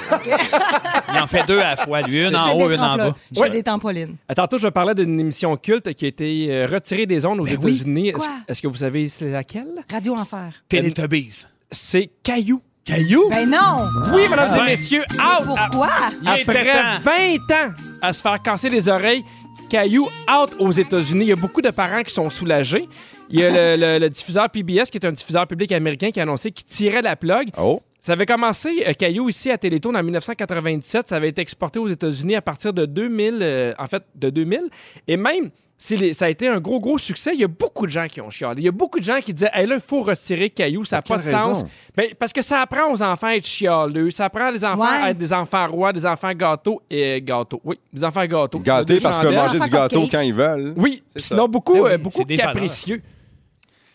S2: Il en fait deux à la fois, lui, une
S3: Je
S2: en
S3: fais
S2: haut,
S3: des
S2: une en
S3: trampes, là.
S2: bas.
S3: Je
S1: Ouais.
S3: fais des trampolines.
S1: Tantôt, je parlais d'une émission culte qui a été euh, retirée des ondes aux États-Unis. Est-ce-
S3: Quoi?
S1: Est-ce que vous savez c'est laquelle?
S3: Radio Enfer.
S2: Teletubbies.
S1: C'est Caillou.
S2: Caillou?
S3: Ben non!
S4: Ah.
S1: Oui, mesdames
S2: Ouais.
S1: et messieurs, out!
S3: Pourquoi?
S2: Il était
S1: Après
S2: temps.
S1: 20 ans à se faire casser les oreilles, Caillou out aux États-Unis. Il y a beaucoup de parents qui sont soulagés. Il y a le, le- le diffuseur PBS, qui est un diffuseur public américain, qui a annoncé qu'il tirait la plug.
S4: Oh,
S1: Ça avait commencé, euh, Caillou, ici à Télétoon en 1997. Ça avait été exporté aux États-Unis à partir de 2000, euh, en fait, de 2000. Et même, c'est les- ça a été un gros, gros succès. Il y a beaucoup de gens qui ont chialé. Il y a beaucoup de gens qui disaient Hey, là, il faut retirer Caillou, ça n'a
S4: Pour
S1: pas de
S4: quelle
S1: sens.
S4: raison?
S1: Ben, parce que ça apprend aux enfants à être chialeux. Ça apprend les enfants
S3: Ouais.
S1: à être des enfants rois, des enfants gâteaux et gâteaux. Oui, des enfants gâteaux.
S4: Gâtés
S1: Deux
S4: parce que
S1: chandelles.
S4: manger du
S3: Enfant
S4: gâteau
S3: cupcake.
S4: quand ils veulent.
S1: Oui,
S4: C'est
S1: puis
S4: ça.
S1: sinon beaucoup,
S2: Ben oui,
S1: euh, beaucoup
S2: c'est des valeurs.
S1: capricieux.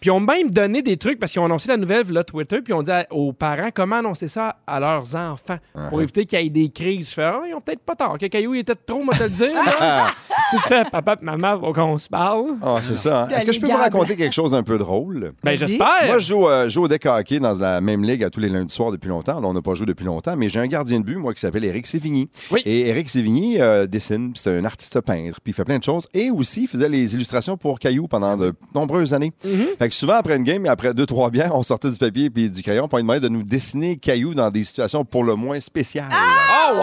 S1: Puis ils ont même donné des trucs parce qu'ils ont annoncé la nouvelle via Twitter, puis ils ont dit à- aux parents comment annoncer ça à leurs enfants
S4: Ah.
S1: pour éviter qu'il y ait des crises. Je fais, Ah, ils ont peut-être pas tort, que Caillou il était de trop, moi, te le dire. là. tu te fais, papa et maman, faut qu'on se parle.
S4: Ah, c'est ça. hein. Est-ce que je peux vous
S3: Délégable.
S4: raconter quelque chose d'un peu drôle?
S1: Ben,
S3: Vas-y.
S1: j'espère.
S4: Moi, je joue, euh, je joue au deck hockey dans la même ligue à tous les lundis soirs depuis longtemps. Là, on n'a pas joué depuis longtemps, mais j'ai un gardien de but, moi, qui s'appelle Eric Sévigny.
S1: Oui.
S4: Et Eric Sévigny euh, dessine, puis c'est un artiste peintre, puis il fait plein de choses. Et aussi, il faisait les illustrations pour Caillou pendant de nombreuses années. Fait que souvent, après une game, et après deux, trois bières, on sortait du papier puis du crayon pour lui demander de nous dessiner Caillou dans des situations pour le moins spéciales.
S1: Ah! Oh,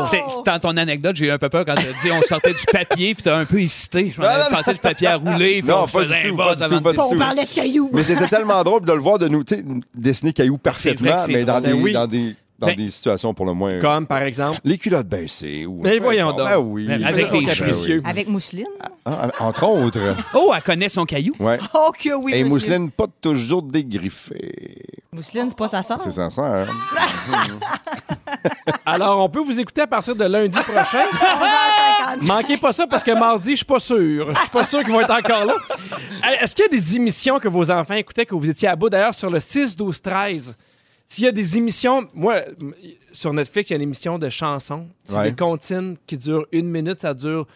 S1: wow!
S2: C'est- c'est- Dans ton anecdote, j'ai eu un peu peur quand tu as dit on sortait du papier, puis t'as un peu hésité. Je m'en
S4: Non,
S2: avais
S4: non,
S2: passé du papier à rouler, puis
S4: Non,
S2: on
S4: pas
S2: faisait
S4: du
S2: un
S4: tout,
S2: buzz
S4: pas du
S2: avant
S4: tout, pas
S2: de
S4: du tout.
S3: On parlait de cailloux.
S4: Mais c'était tellement drôle de le voir de nous tu sais, dessiner Caillou parfaitement,
S2: c'est
S4: mais dans
S2: drôle.
S4: des,
S2: Ben oui.
S4: dans des, dans
S2: Ben-
S4: des situations pour le moins.
S1: Comme par exemple.
S4: Les culottes baissées. Ou...
S1: Mais voyons donc.
S4: Ben oui.
S2: Mais
S1: Avec
S2: Avec
S1: les
S2: les cheveux.
S1: capricieux.
S3: Avec Mousseline.
S4: Ah, entre autres.
S2: Oh, elle connaît son caillou.
S4: Ouais.
S3: Oh que oui,
S4: Et
S3: monsieur.
S4: Mousseline, pas toujours dégriffée.
S3: Mousseline, c'est pas sa sœur.
S4: C'est ça, ça. hein?
S1: Alors, on peut vous écouter à partir de lundi prochain.
S3: 11h50.
S1: Manquez pas ça parce que mardi, je suis pas sûr. Je suis pas sûr qu'ils vont être encore là. Hey, Est-ce qu'il y a des émissions que vos enfants écoutaient que vous étiez à bout d'ailleurs sur le 6 12 13 s'il y a des émissions, moi, m- sur Netflix, il y a une émission de chansons. C'est
S4: Ouais.
S1: des comptines qui durent une minute, ça dure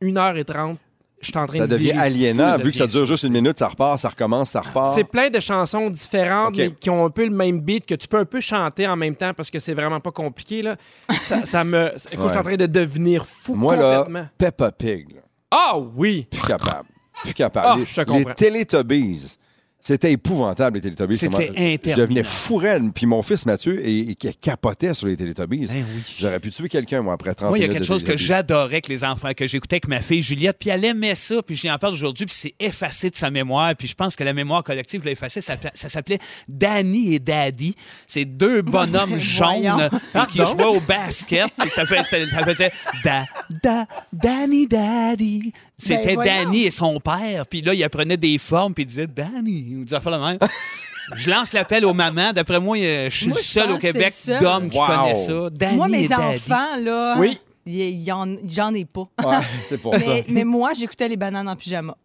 S1: 1h30. Je suis en train
S4: Ça
S1: de
S4: devient
S1: virer fou,
S4: aliénant,
S1: ça
S4: vu que ça
S1: devient
S4: dure juste une minute, ça repart, ça recommence, ça repart.
S1: c'est plein de chansons différentes
S4: Ok.
S1: mais qui ont un peu le même beat que tu peux un peu chanter en même temps parce que c'est vraiment pas compliqué là. Ça, ça me écoute, je suis en train de devenir fou
S4: Moi, là,
S1: complètement.
S4: Peppa Pig, là,
S1: Ah oui,
S4: plus capable. Plus
S1: Ah,
S4: capable. Les-
S1: je te
S4: les,
S1: comprends.
S4: Teletubbies. C'était épouvantable, les Teletubbies.
S2: C'était
S4: Comment- Je
S2: interminable.
S4: devenais fou raide. Puis mon fils Mathieu, et, qui capotait sur les Teletubbies. J'aurais pu tuer quelqu'un, moi, après 30
S2: Ben Moi, il y a
S4: minutes
S2: quelque
S4: de
S2: chose que
S4: Teletubbies.
S2: j'adorais avec les enfants, que j'écoutais avec ma fille Juliette, puis elle aimait ça, puis j'y en parle aujourd'hui, puis c'est effacé de sa mémoire, puis je pense que la mémoire collective l'a effacé, ça, ça s'appelait Danny et Daddy. C'est deux bonhommes jaunes
S3: Voyons.
S2: puis qui jouaient au basket, puis ça fait- ça- ça faisait da, da, Danny, Daddy.
S3: Ben
S2: C'était
S3: voyons.
S2: Danny et son père, puis là, il apprenait des formes, puis il disait Danny, ou disait la même. Je lance l'appel aux mamans. D'après moi, euh, je suis
S3: Moi,
S2: le
S3: je
S2: seul
S3: pense
S2: au
S3: que c'est
S2: Québec
S3: le seul.
S2: d'hommes qui
S4: Wow.
S2: connaît ça. Danny
S3: Moi,
S2: et
S3: mes
S2: Ah! Daddy.
S3: enfants, là,
S1: Oui.
S3: y- y en- j'en ai pas.
S4: Ouais, c'est pour ça.
S3: Mais, mais moi, j'écoutais les bananes en pyjama.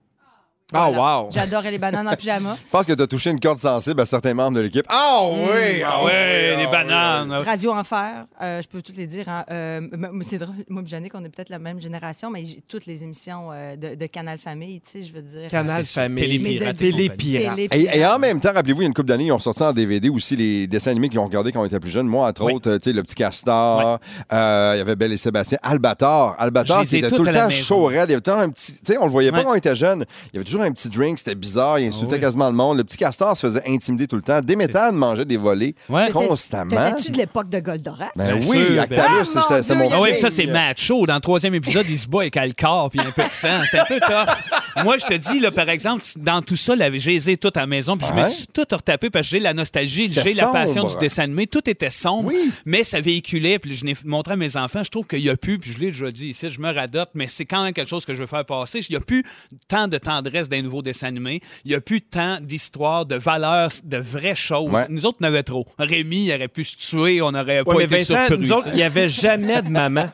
S1: ah
S3: Voilà.
S1: wow.
S3: J'adorais les bananes en pyjama.
S4: Je pense que tu as touché une corde sensible à certains membres de l'équipe. Ah oui! Ah oui,
S2: Ouais,
S4: ah
S2: les
S4: oui.
S2: bananes.
S3: Radio Enfer, euh, je peux toutes les dire. hein. Euh, m- m- c'est drôle, moi et Yannick, on est peut-être la même génération, mais j'ai toutes les émissions euh, de, de Canal Famille, tu sais, je veux dire.
S4: Ah,
S1: Canal
S2: c'est sûr.
S1: Famille,
S3: Télépirate et
S1: Télépirate.
S3: Télé-
S4: Et, et en même temps, rappelez-vous, il y a une couple d'années, ils ont sorti en DVD aussi les dessins animés qu'ils ont regardés quand on était plus jeunes. Moi, entre
S2: Oui.
S4: autres, euh, tu sais, Le Petit Castor, euh, il y avait Belle et Sébastien, Albator.
S2: Je
S4: Albator,
S2: les ai
S4: c'était
S2: toutes
S4: tout le
S2: à la
S4: temps
S2: maison.
S4: chaud, raide. Il y avait toujours un petit. Tu sais, on le voyait pas
S2: Ouais.
S4: quand on était jeune. Il y avait toujours un petit drink, c'était bizarre, il
S2: Ah
S4: insultait
S2: oui.
S4: quasiment le monde. Le Petit Castor se faisait intimider tout le temps. Déméthane mangeait des volets
S2: Ouais.
S4: constamment.
S3: T'étais-tu de l'époque de Goldorak?
S4: Ben
S2: Bien
S4: oui,
S2: sûr,
S4: Actarus,
S3: ben-
S4: c'est- c'est
S3: Ah, mon
S4: mon
S3: Dieu,
S2: Ah oui, puis ça,
S4: king.
S2: c'est macho. Dans le troisième épisode, il se bat avec Alcor puis un peu de sang. C'était un peu tough. Moi, je te dis, là, par exemple, tu- dans tout ça, là, j'ai les ai tout à la maison, puis je me
S4: Ouais.
S2: suis tout retapé parce que j'ai la nostalgie,
S4: C'était
S2: j'ai la passion
S4: sombre.
S2: du dessin animé. Tout était sombre,
S4: Oui.
S2: mais ça véhiculait. Puis je l'ai montré à mes enfants. Je trouve qu'il n'y a plus, puis je l'ai déjà dit ici, je me radote, mais c'est quand même quelque chose que je veux faire passer. Il n'y a plus tant de tendresse d'un nouveau dessin animé. Il n'y a plus tant d'histoires, de valeurs, de vraies choses.
S4: Ouais.
S2: Nous autres, on avait trop. Rémi, il aurait pu se tuer, on n'aurait pas
S1: Ouais, mais
S2: été
S1: Vincent,
S2: surpris.
S1: nous autres,
S2: tu
S1: il
S2: sais.
S1: n'y avait jamais de maman.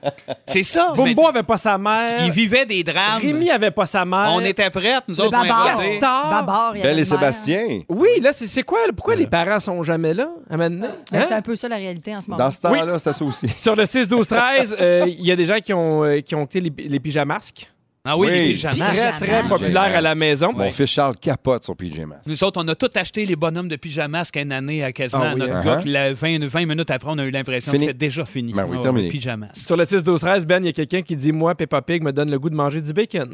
S2: C'est ça. mais-
S1: Bumbo avait pas sa mère.
S2: il vivait des drames.
S1: Euh, Rémi euh, avait pas sa mère.
S2: on était prêts, nous
S3: Le
S2: autres, on
S3: Babar.
S2: était-
S1: Gaston.
S3: Babar, il y avait
S4: Belle et
S3: le maire.
S4: Sébastien.
S1: Oui, là, c'est c'est quoi? là? Pourquoi les parents sont jamais là à maintenant?
S3: Ben,
S1: Hein?
S3: C'était un peu ça la réalité en ce moment.
S4: Dans ce temps-là, c'était ça aussi.
S1: Sur le 6-12-13, euh, il y a des gens qui ont, euh, qui ont quitté les, les pyjamasques.
S2: Ah oui,
S4: Oui.
S2: les pyjamas.
S1: Très,
S3: Pyjamas.
S1: très populaire à la maison.
S4: Mon fils Charles capote sur PJ Masks.
S2: Nous autres, on a tout acheté les bonhommes de pyjamas qu'une année à quasiment
S1: Ah
S2: à
S1: oui,
S2: notre
S4: hein.
S2: gars.
S4: Uh-huh.
S2: Puis la 20, 20 minutes après, on a eu l'impression que
S4: Fini.
S2: c'était déjà fini.
S4: Ben oui,
S2: Ah,
S4: terminé.
S2: les Pyjamas.
S1: Sur le 6-12-13, Ben, il y a quelqu'un qui dit Moi, Peppa Pig me donne le goût de manger du bacon.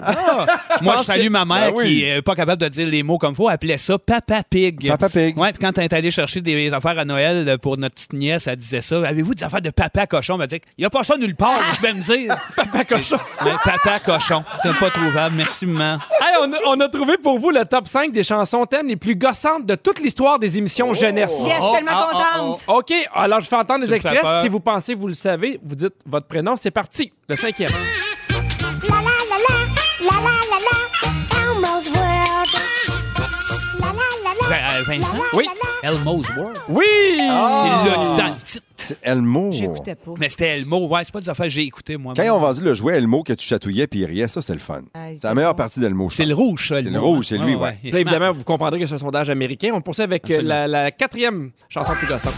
S2: Moi, je salue ma mère
S4: Ben oui.
S2: qui n'est pas capable de dire les mots comme faut. Elle appelait ça Papa Pig.
S4: Papa Pig.
S2: Ouais, puis quand elle est allée chercher des affaires à Noël euh, pour notre petite nièce, elle disait ça. Avez-vous des affaires de Papa Cochon? Elle m'a dit Il n'y a pas ça nulle part, je vais me dire. papa Cochon. papa Cochon. C'est pas trouvable. Merci, maman.
S1: Hey, on, a, on a trouvé pour vous le top 5 des chansons thèmes les plus gossantes de toute l'histoire des émissions jeunesse.
S3: Yes, je suis
S2: Oh,
S3: tellement
S2: ah, ah,
S3: contente!
S1: OK, alors je fais entendre des
S2: Tu me fais
S1: extraits.
S2: peur.
S1: Si vous pensez que vous le savez,
S2: Ah!
S1: vous dites votre prénom. C'est parti. Le cinquième.
S8: La la la la, la la la la,
S2: Vincent?
S1: Oui.
S2: Elmo's World.
S1: Oui!
S2: Il l'a dit dans le titre.
S4: C'est Elmo.
S3: J'écoutais pas.
S2: Mais c'était Elmo. Ouais, c'est pas des affaires que j'ai écoutées, moi.
S4: Quand ils ont vendu le jouet Elmo que tu chatouillais puis il riait, ça, c'était le fun.
S3: Ah, il
S4: C'est la
S3: était
S4: meilleure
S3: bon.
S4: partie d'Elmo. je
S2: C'est le
S4: pense.
S2: rouge, ça,
S4: le
S2: Elmo.
S4: rouge, c'est lui, ouais.
S2: Il est
S1: Là,
S2: smart.
S1: évidemment, vous comprendrez que c'est un sondage américain. On poursuit avec euh,
S2: Absolument.
S1: la, la quatrième chanson plus gossante.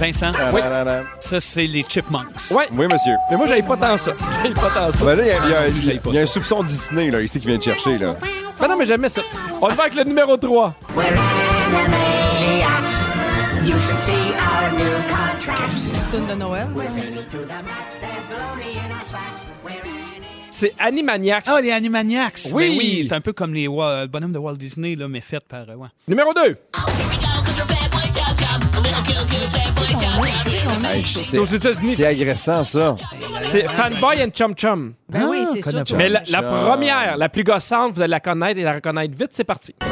S2: Vincent,
S4: Euh. Ta-da-da-da.
S2: ça, c'est les Chipmunks.
S1: Ouais,
S4: Oui, monsieur.
S1: mais moi, j'avais pas tant ça. J'avais pas tant ça.
S4: Ah, ben là, il y a- il y a,
S2: plus,
S4: il y a-
S2: j'aille pas
S4: il y a un
S2: ça.
S4: soupçon Disney là, ici qui vient te chercher. Là.
S1: Mais Ben non, mais jamais ça. On le va avec le numéro 3.
S3: Soon de Noël.
S1: C'est Animaniacs.
S2: Ah, les Animaniacs.
S1: Oui.
S2: Ben oui, c'est un peu comme les Wa- le bonhomme de Walt Disney, là, mais fait par. euh, ouais.
S1: Numéro 2.
S3: Ah,
S4: Hey,
S1: C'est aux États-Unis.
S4: C'est agressant, ça.
S1: C'est Fanboy and Chum Chum.
S3: Ben oui,
S2: Ah,
S3: c'est sûr.
S2: connais pas.
S3: tu-
S1: Mais la, la
S4: Chum.
S1: première, la plus gossante, vous allez la connaître et la reconnaître vite. C'est parti.
S3: Ah,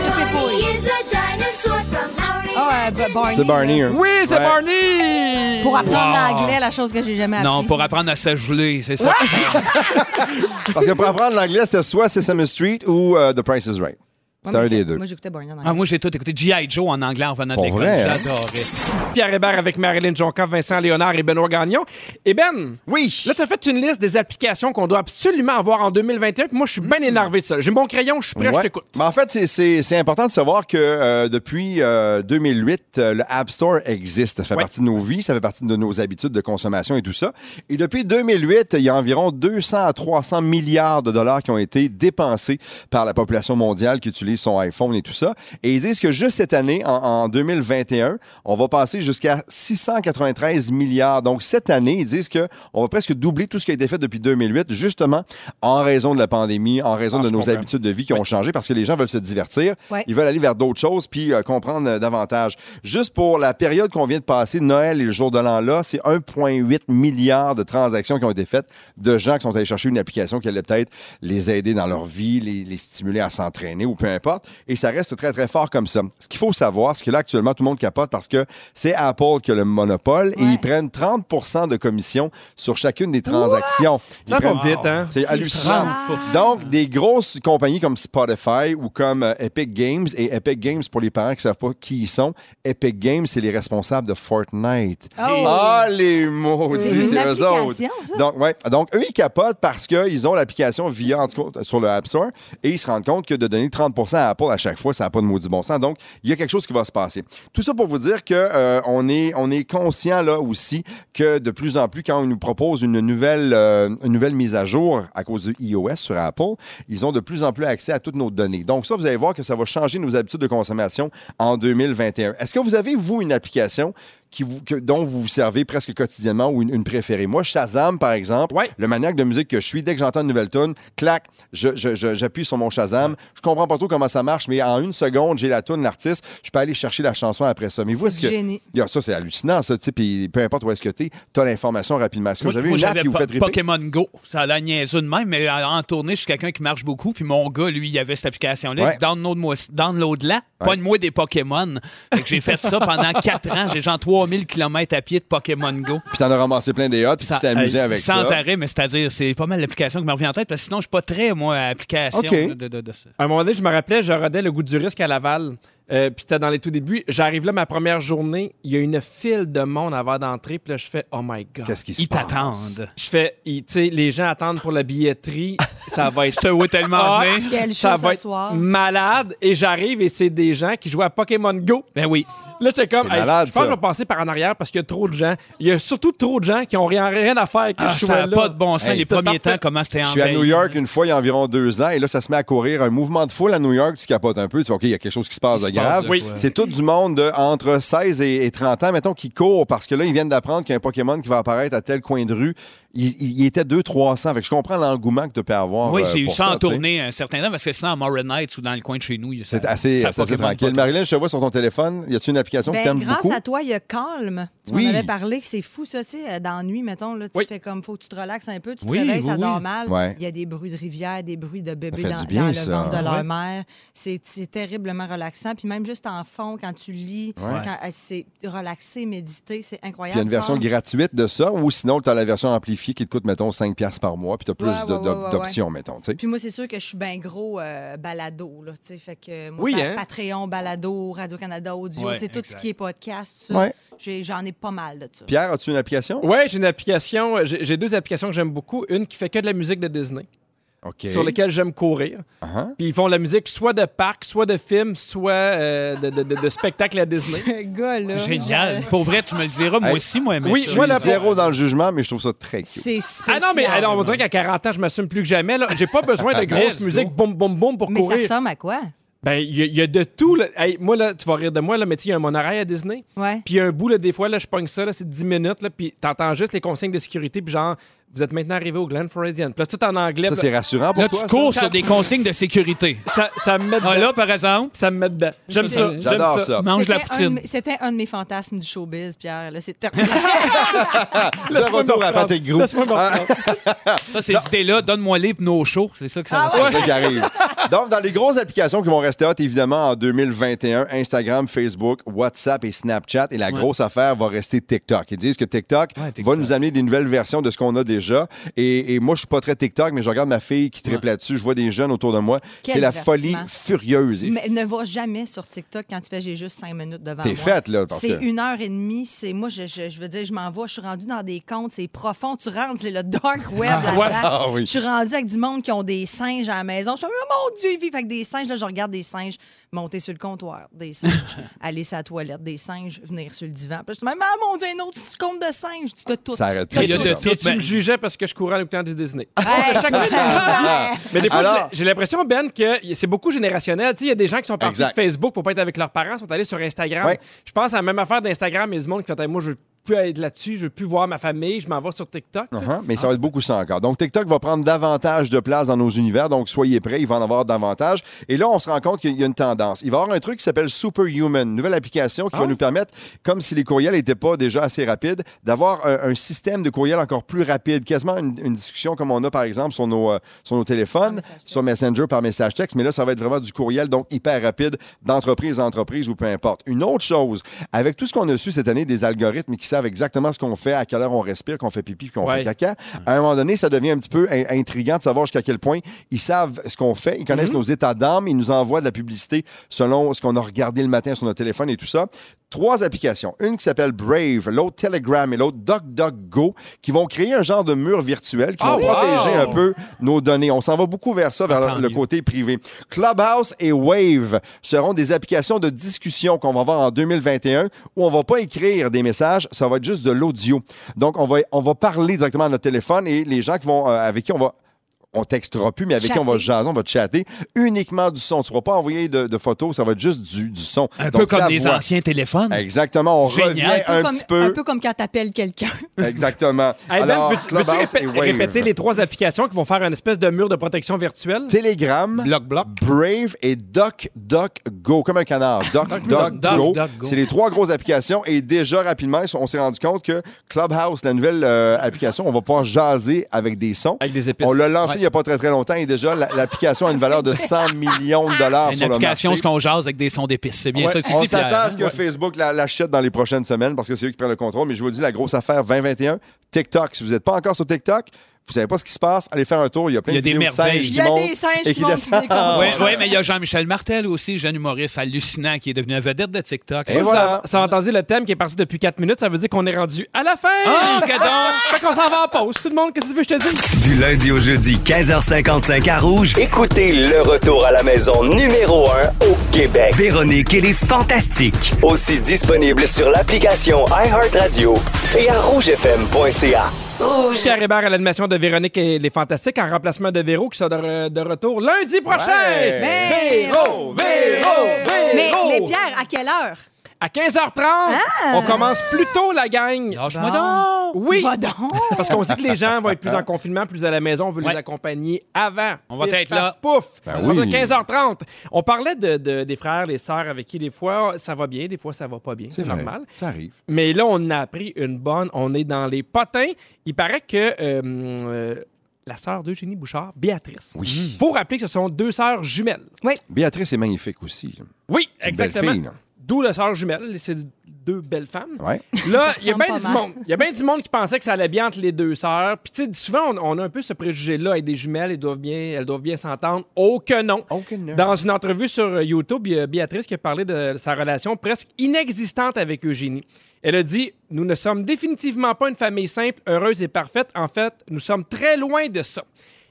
S3: euh, Ba- Barney.
S4: C'est Barney. hein.
S1: Oui, c'est
S4: Ouais.
S1: Barney!
S3: Pour apprendre
S2: Wow.
S3: l'anglais, la chose que j'ai jamais appris.
S2: Non, pour apprendre à se geler, c'est ça.
S4: Parce que pour apprendre l'anglais, c'était soit Sesame Street ou euh, The Price is Right. C'était un des deux.
S3: Moi, j'écoutais Barney en
S2: Ah,
S3: anglais.
S2: moi, j'ai tout écouté. G.I. Joe en anglais en venant de
S4: Pour
S2: l'école.
S4: vrai, hein?
S2: J'adorais.
S1: Pierre Hébert avec Marilyn Jonca, Vincent Léonard et Benoît Gagnon. Et Ben,
S4: Oui.
S1: là, t'as fait une liste des applications qu'on doit absolument avoir en 2021. puis moi, je suis bien énervé de ça. J'ai mon crayon, je suis prêt, je
S4: Mm-hmm. Ouais.
S1: t'écoute.
S4: Mais en fait, c'est- c'est c'est important de savoir que euh, depuis euh, 2008, euh, le App Store existe. Ça fait
S1: Ouais.
S4: partie de nos vies, ça fait partie de nos habitudes de consommation et tout ça. Et depuis 2008, il y a environ 200 à 300 milliards de dollars qui ont été dépensés par la population mondiale qui utilise son iPhone et tout ça. Et ils disent que juste cette année, en, en 2021, on va passer jusqu'à 693 milliards. Donc cette année, ils disent que on va presque doubler tout ce qui a été fait depuis 2008, justement en raison de la pandémie, en raison
S1: Ah,
S4: de
S1: je
S4: nos
S1: comprends.
S4: habitudes habitudes de vie qui ont changé parce que les gens veulent se divertir.
S3: Ouais.
S4: Ils veulent aller vers d'autres choses puis euh, comprendre euh, davantage. Juste pour la période qu'on vient de passer, Noël et le jour de l'an là, c'est 1,8 milliard de transactions qui ont été faites de gens qui sont allés chercher une application qui allait peut-être les aider dans leur vie, les, les stimuler à s'entraîner ou peu importe. Et ça reste très, très fort comme ça. Ce qu'il faut savoir, c'est que là, actuellement, tout le monde capote parce que c'est Apple qui a le monopole et
S3: Ouais.
S4: ils prennent 30 de commission sur chacune des transactions. Ils
S1: Ça va
S4: prennent-
S1: vite, hein?
S4: c'est hallucinant.
S2: 30%.
S4: Donc, des grosses compagnies comme Spotify ou comme euh, Epic Games, et Epic Games, pour les parents qui ne savent pas qui ils sont, Epic Games, c'est les responsables de Fortnite.
S3: Oh.
S4: Ah, les mots,
S3: C'est une
S4: c'est eux autres.
S3: application, ça?
S4: Donc, ouais. Donc, eux, ils capotent parce qu'ils ont l'application via, en tout cas, sur le App Store et ils se rendent compte que de donner 30 à Apple à chaque fois, ça n'a pas de maudit bon sens. Donc, il y a quelque chose qui va se passer. Tout ça pour vous dire que euh, on, est, on est conscient, là aussi, que de plus en plus, quand on nous propose une nouvelle, euh, une nouvelle mise à jour à cause du iOS sur Apple, ils ont de plus en plus accès à toutes nos données. Donc, ça, vous allez voir que ça va changer nos habitudes de consommation en 2021. Est-ce que vous avez, vous, une application qui vous, que- dont vous vous servez presque quotidiennement ou une, une préférée. Moi, Shazam, par exemple,
S1: Ouais.
S4: le maniaque de musique que je suis, dès que j'entends une nouvelle tune, clac, je- je- je- j'appuie sur mon Shazam. Je comprends pas trop comment ça marche, mais en une seconde, j'ai la tune, l'artiste, je peux aller chercher la chanson après ça. Mais vous,
S3: C'est
S4: est-ce
S3: du
S4: que.
S3: génie.
S4: Ya, ça, c'est hallucinant, ça, tu sais, puis peu importe où est-ce que t'es, t'as l'information rapidement. Est-ce que
S2: Moi,
S4: vous avez
S2: moi,
S4: une app
S2: j'avais
S4: qui vous
S2: po-
S4: fait triper?
S2: Pokémon Go. Ça a l'air niaiseux de même, mais en en tournée, je suis quelqu'un qui marche beaucoup. Puis mon gars, lui, il avait cette application-là.
S4: Ouais.
S2: Il dit Download-moi- Download-la, pas de moi des Pokémon. Fait que j'ai fait ça pendant 4 ans. J'ai genre 3000 km à pied de Pokémon Go.
S4: Puis t'en as ramassé plein des hot, puis tu t'es amusé
S2: euh,
S4: avec
S2: sans
S4: ça.
S2: arrêt, mais c'est-à-dire, c'est pas mal l'application qui me revient en tête, parce que sinon, je suis pas très, moi, à application
S4: OK.
S2: de, de, de, de ça.
S1: À un moment donné, je me rappelais, je rodais le goût du risque à Laval. Euh, puis t'es dans les tout débuts. J'arrive là, ma première journée, il y a une file de monde avant d'entrer. Puis là, je fais « Oh my God ».
S4: Qu'est-ce qui se
S2: Ils
S4: passe?
S2: t'attendent.
S1: Je fais, il- tu sais, les gens attendent pour la billetterie. Ça va être
S2: Je te vois tellement
S1: Ah,
S2: venir.
S3: Quelle chose
S1: ça va
S3: ce
S1: être
S3: soir.
S1: malade. Et j'arrive et c'est des gens qui jouent à Pokémon Go.
S2: Ben oui.
S1: Là, j'étais comme,
S4: C'est
S1: hey,
S4: malade,
S1: je pense que
S4: ça.
S1: je vais passer par en arrière parce qu'il y a trop de gens. Il y a surtout trop de gens qui n'ont rien, rien à faire avec
S2: Ah,
S1: le
S2: ça n'a
S1: là.
S2: pas de bon sens.
S4: Hey,
S2: les
S1: c'était
S2: premiers
S1: parfait.
S2: temps, comment c'était
S4: Je suis à
S2: envahi.
S4: New York une fois il y a environ deux ans et là, ça se met à courir un mouvement de foule à New York. Tu capotes un peu, tu vois, OK, il y a quelque chose qui se passe de
S2: se passe
S4: grave.
S2: de
S1: Oui.
S2: quoi.
S4: C'est tout du monde de entre 16 et, et 30 ans, mettons, qui court parce que là, ils viennent d'apprendre qu'il y a un Pokémon qui va apparaître à tel coin de rue. Il, il- il était 200-300. Fait que je comprends l'engouement que tu peux avoir.
S2: Oui,
S4: euh,
S2: j'ai eu
S4: pour
S2: ça en
S4: tu sais.
S2: tournée un certain temps, parce que sinon, à Morin Nights ou dans le coin de chez nous,
S4: C'est assez, c'est assez tranquille. Marilyn, je te vois sur ton téléphone. Y a-tu une applications
S3: Ben,
S4: que t'aimes
S3: grâce
S4: beaucoup.
S3: à toi, il y a Calm. Tu
S4: Oui.
S3: m'en avais parlé que c'est fou, ça, tu sais, euh, dans la nuit, mettons, là, tu
S1: Oui.
S3: fais comme faut que tu te relaxes un peu, tu te
S2: Oui,
S3: réveilles,
S2: oui,
S3: ça
S2: oui.
S3: dort mal. Il
S4: Ouais.
S3: y a des bruits de rivière, des bruits de bébé
S4: fait
S3: dans,
S4: du bien,
S3: dans
S4: ça.
S3: le ventre de leur
S2: Ouais.
S3: mère. C'est c'est terriblement relaxant. Puis même juste en fond, quand tu lis, quand, euh, c'est relaxé, méditer, c'est
S4: Puis
S3: incroyable.
S4: il y a une version
S3: Calm.
S4: gratuite de ça, ou sinon, tu as la version amplifiée qui te coûte, mettons, 5$ piastres par mois, puis tu as plus
S3: Ouais,
S4: de-
S3: ouais,
S4: d'op-
S3: ouais, ouais,
S4: d'options, mettons. tu sais.
S3: Puis moi, c'est sûr que je suis bien gros euh, balado, là, tu sais, fait que moi,
S1: Oui,
S3: pa-
S1: hein?
S3: Patreon, balado, Radio-Canada, audio,
S2: Ouais,
S3: tu sais, tout ce
S2: exact.
S3: qui est podcast, tout ça,
S4: Ouais.
S3: j'ai- j'en ai pas mal de ça.
S4: Pierre, as-tu une application?
S1: Ouais, j'ai une application. J'ai j'ai deux applications que j'aime beaucoup. Une qui fait que de la musique de Disney,
S4: OK.
S1: sur laquelle j'aime courir.
S4: Uh-huh.
S1: Puis ils font de la musique soit de parc, soit de film, soit euh, de, de, de- de spectacle à Disney.
S3: Ce gars-là...
S2: Génial. Pour vrai, tu me le diras, moi
S4: Hey.
S2: aussi, moi, mais
S1: Oui,
S4: Je
S2: ça.
S4: suis
S1: moi, la-
S4: zéro dans le jugement, mais je trouve ça très cute.
S3: C'est spécial.
S1: Ah non, mais alors, on dirait qu'à 40 ans, je m'assume plus que jamais. là. J'ai pas besoin de grosse
S2: Let's
S1: musique
S2: go.
S1: boum, boum, boum pour
S3: Mais ça
S1: courir.
S3: ressemble à quoi?
S1: Ben, il y, a- il y a de tout. là. Hey, moi, là, tu vas rire de moi, là, mais tu sais, il y a un monorail à Disney.
S3: Ouais.
S1: Puis il y a un bout, là, des fois, là, je pogne ça, là, c'est 10 minutes, là, puis t'entends juste les consignes de sécurité, puis genre, vous êtes maintenant arrivé au Glen Floridian. Puis là, tout en anglais.
S4: Ça,
S1: puis
S4: c'est rassurant pour
S2: Là,
S4: toi?
S2: tu
S4: ça?
S2: cours
S1: ça-
S2: sur des consignes de sécurité.
S1: ça, ça me met dedans.
S2: Ah, là, par exemple,
S1: Ça me met dedans. J'aime ça. j'aime
S4: J'adore ça.
S2: mange la
S3: C'était un de
S2: poutine.
S3: mes- C'était un de mes fantasmes du showbiz, Pierre. Là, c'est terminé.
S1: Laisse-moi
S4: retour
S1: me
S4: à
S1: reprendre.
S4: Patrick Ah, Groux.
S1: Laisse-moi me reprendre.
S2: Ça, ces idées-là, donne-moi les nos shows. C'est ça que
S3: Ah
S2: ça ressemble.
S4: C'est ça qui arrive. Donc, dans les grosses applications qui vont rester hot, évidemment, en 2021, Instagram, Facebook, WhatsApp et Snapchat. Et la grosse affaire va rester TikTok. Ils disent que TikTok, va nous amener des nouvelles versions de ce qu'on a déjà. Et, et moi, je suis pas très TikTok, mais je regarde ma fille qui triple là-dessus. Je vois des jeunes autour de moi.
S3: Quel
S4: C'est la
S3: divertissement.
S4: folie furieuse.
S3: mais ne va jamais sur TikTok quand tu fais j'ai juste cinq minutes devant
S4: T'es
S3: moi.
S4: faite, là, parce
S3: C'est
S4: que-
S3: une heure et demie. C'est moi, je, je- je veux dire, je m'en vais, je suis rendue dans des comptes, c'est profond. Tu rentres, c'est le dark web. là-dedans.
S1: ouais.
S4: Ah oui.
S3: Je suis rendue avec du monde qui ont des singes à la maison. Je suis comme, oh mon Dieu, ils vivent avec des singes. Là, je regarde des singes monter sur le comptoir, des singes aller sur la toilette, des singes venir sur le divan. Puis je suis même, ah mon Dieu, un autre compte de singes. Tu t'as tout.
S4: Ça arrête
S3: T'as
S4: plus,
S2: Il y a
S3: tout.
S2: de
S1: Puis
S2: tout.
S1: tu
S2: ben,
S1: me jugeais parce que je courais en écoutant du Disney.
S3: Hey,
S1: Mais des fois,
S4: Alors-
S1: je l'ai- j'ai l'impression, Ben, que y- c'est beaucoup générationnel. Tu sais, il y a des gens qui sont partis de
S4: Exact.
S1: Facebook pour pas être avec leurs parents, sont allés sur Instagram.
S4: Ouais.
S1: Je pense à la même affaire d'Instagram. Il y a du monde qui fait Hey, Moi, je veux plus être là-dessus, je veux plus voir ma famille, je m'en vais sur TikTok. tu Ah. sais.
S4: Uh-huh, mais ça va être beaucoup ça encore. Donc, TikTok va prendre davantage de place dans nos univers. Donc, soyez prêts, il va en avoir davantage. Et là, on se rend compte qu'il y a une tendance. Il va y avoir un truc qui s'appelle Superhuman, nouvelle application
S1: Ah.
S4: qui va nous permettre, comme si les courriels n'étaient pas déjà assez rapides, d'avoir un, un système de courriel encore plus rapide. Quasiment une, une discussion comme on a, par exemple, sur nos, euh, sur nos téléphones, sur Messenger par message texte. Mais là, ça va être vraiment du courriel, donc hyper rapide, d'entreprise en entreprise ou peu importe. Une autre chose, avec tout ce qu'on a su cette année, des algorithmes qui savent exactement ce qu'on fait, à quelle heure on respire, qu'on fait pipi, qu'on
S1: Ouais.
S4: fait caca caca. À un moment donné, ça devient un petit peu in- intriguant de savoir jusqu'à quel point ils savent ce qu'on fait, ils
S1: Mm-hmm.
S4: connaissent nos états d'âme, ils nous envoient de la publicité selon ce qu'on a regardé le matin sur notre téléphone et tout ça. Trois applications, une qui s'appelle Brave, l'autre Telegram et l'autre DuckDuckGo, qui vont créer un genre de mur virtuel qui
S1: Ah,
S4: vont
S1: wow!
S4: protéger un peu nos données. On s'en va beaucoup vers ça, vers
S2: Ah, Tant
S4: le
S2: mieux.
S4: côté privé. Clubhouse et Wave seront des applications de discussion qu'on va voir en 2021 où on va pas écrire des messages, ça va être juste de l'audio. Donc, on va, on va parler directement à notre téléphone et les gens qui vont, euh, avec qui on va on textera plus, mais avec qui on va
S3: Chatter.
S4: jaser, on va chatter. Uniquement du son. Tu ne vas pas envoyer de, de photos, ça va être juste du, du son.
S2: Un
S4: Donc,
S2: peu comme
S4: ta
S2: les
S4: voix.
S2: anciens téléphones.
S4: Exactement. On
S2: Génial.
S4: revient Ah, un,
S3: comme,
S4: petit peu.
S3: un peu comme quand t'appelles quelqu'un.
S4: Exactement.
S1: Hey, ben,
S4: Alors,
S1: peux-tu, peux-tu
S4: Clubhouse
S1: répé-
S4: et Wave.
S1: répéter les trois applications qui vont faire une espèce de mur de protection virtuelle?
S4: Telegram,
S2: Bloc, bloc.
S4: Brave et Doc Doc Go, comme un canard. Doc Doc,
S1: Doc, Doc,
S4: Go.
S2: Doc, Go.
S4: C'est les trois grosses applications et déjà rapidement, on s'est rendu compte que Clubhouse, la nouvelle euh, application, on va pouvoir jaser avec des sons.
S1: Avec des épices.
S4: On l'a lancé il n'y a pas très très longtemps et déjà la- l'application a une valeur de 100 millions de dollars
S2: Une
S4: sur le marché.
S2: application, ce qu'on jase avec des sons d'épices. C'est bien
S1: Ouais.
S2: ça que tu
S4: On
S2: dis, Pierre,
S4: s'attend à
S2: hein?
S4: ce que Facebook la- l'achète dans les prochaines semaines parce que c'est eux qui prennent le contrôle. Mais je vous le dis, la grosse affaire 2021, TikTok. Si vous n'êtes pas encore sur TikTok, vous savez pas ce qui se passe, allez faire un tour. Il y a plein
S2: Il y a
S4: de
S2: des
S4: vidéos de
S2: merveilles.
S3: Il
S4: singes qui
S3: y a des
S4: montent
S3: singes
S4: et
S3: qui
S4: qui
S3: montent sur des
S4: descendent.
S3: comptoirs.
S2: Oui, ouais, mais il y a Jean-Michel Martel aussi, jeune humoriste hallucinant qui est devenu la vedette de TikTok.
S4: Et
S1: Ça-
S4: voilà.
S1: Ah, Ça, a entendu le thème qui est parti depuis 4 minutes, ça veut dire qu'on est rendu à la fin!
S2: Ah, que donc!
S1: Fait qu'on s'en va en pause. Tout le monde, qu'est-ce que tu veux que je te dise?
S6: Du lundi au jeudi, 15h55 à Rouge.
S7: Écoutez le retour à la maison numéro 1 au Québec.
S6: Véronique et les Fantastiques.
S7: Aussi disponible sur l'application iHeartRadio et à rougefm.ca.
S1: Pierre Hébert à l'animation de Véronique et les Fantastiques en remplacement de Véro qui sera de, re- de retour lundi prochain!
S4: Ouais.
S1: Véro! Véro! Véro!
S4: Oh,
S3: Mais, mais Pierre, à quelle heure?
S1: à 15h30. On commence plus tôt, la gang.
S2: Lâche-moi
S3: Bon.
S2: donc!
S1: Oui.
S3: Va donc.
S1: Parce qu'on sait que les gens vont être plus en confinement, plus à la maison. On veut les
S2: Ouais.
S1: accompagner avant.
S2: On va
S1: Pif,
S2: être
S1: paf,
S2: là.
S1: Pouf!
S4: Ben
S1: À partir
S4: oui.
S1: de 15h30. On parlait de, de- des frères, des sœurs avec qui, des fois, ça va bien, des fois, ça va pas bien.
S4: C'est
S1: C'est
S4: vrai.
S1: normal.
S4: Ça arrive.
S1: Mais là, on a appris une bonne. On est dans les potins. Il paraît que euh, euh, la sœur d'Eugénie Bouchard, Béatrice. Mm.
S4: Oui.
S1: Faut rappeler que ce sont deux sœurs jumelles.
S4: Béatrice est magnifique aussi.
S1: Oui,
S4: C'est une belle
S1: exactement.
S4: fille, là.
S1: D'où la sœur jumelle. C'est deux belles femmes.
S4: Ouais.
S1: Là,
S3: Ça
S1: il y a
S3: ressemble
S1: bien
S3: pas
S1: du
S3: mal.
S1: monde. Il y a bien du monde qui pensait que ça allait bien entre les deux sœurs. Puis tu sais, souvent on, on a un peu ce préjugé là avec des jumelles, elles doivent bien elles doivent bien s'entendre. Oh que non.
S4: Oh que non.
S1: Dans une entrevue sur euh, YouTube, il y a Béatrice qui a parlé de sa relation presque inexistante avec Eugénie. Elle a dit "Nous ne sommes définitivement pas une famille simple, heureuse et parfaite. En fait, nous sommes très loin de ça."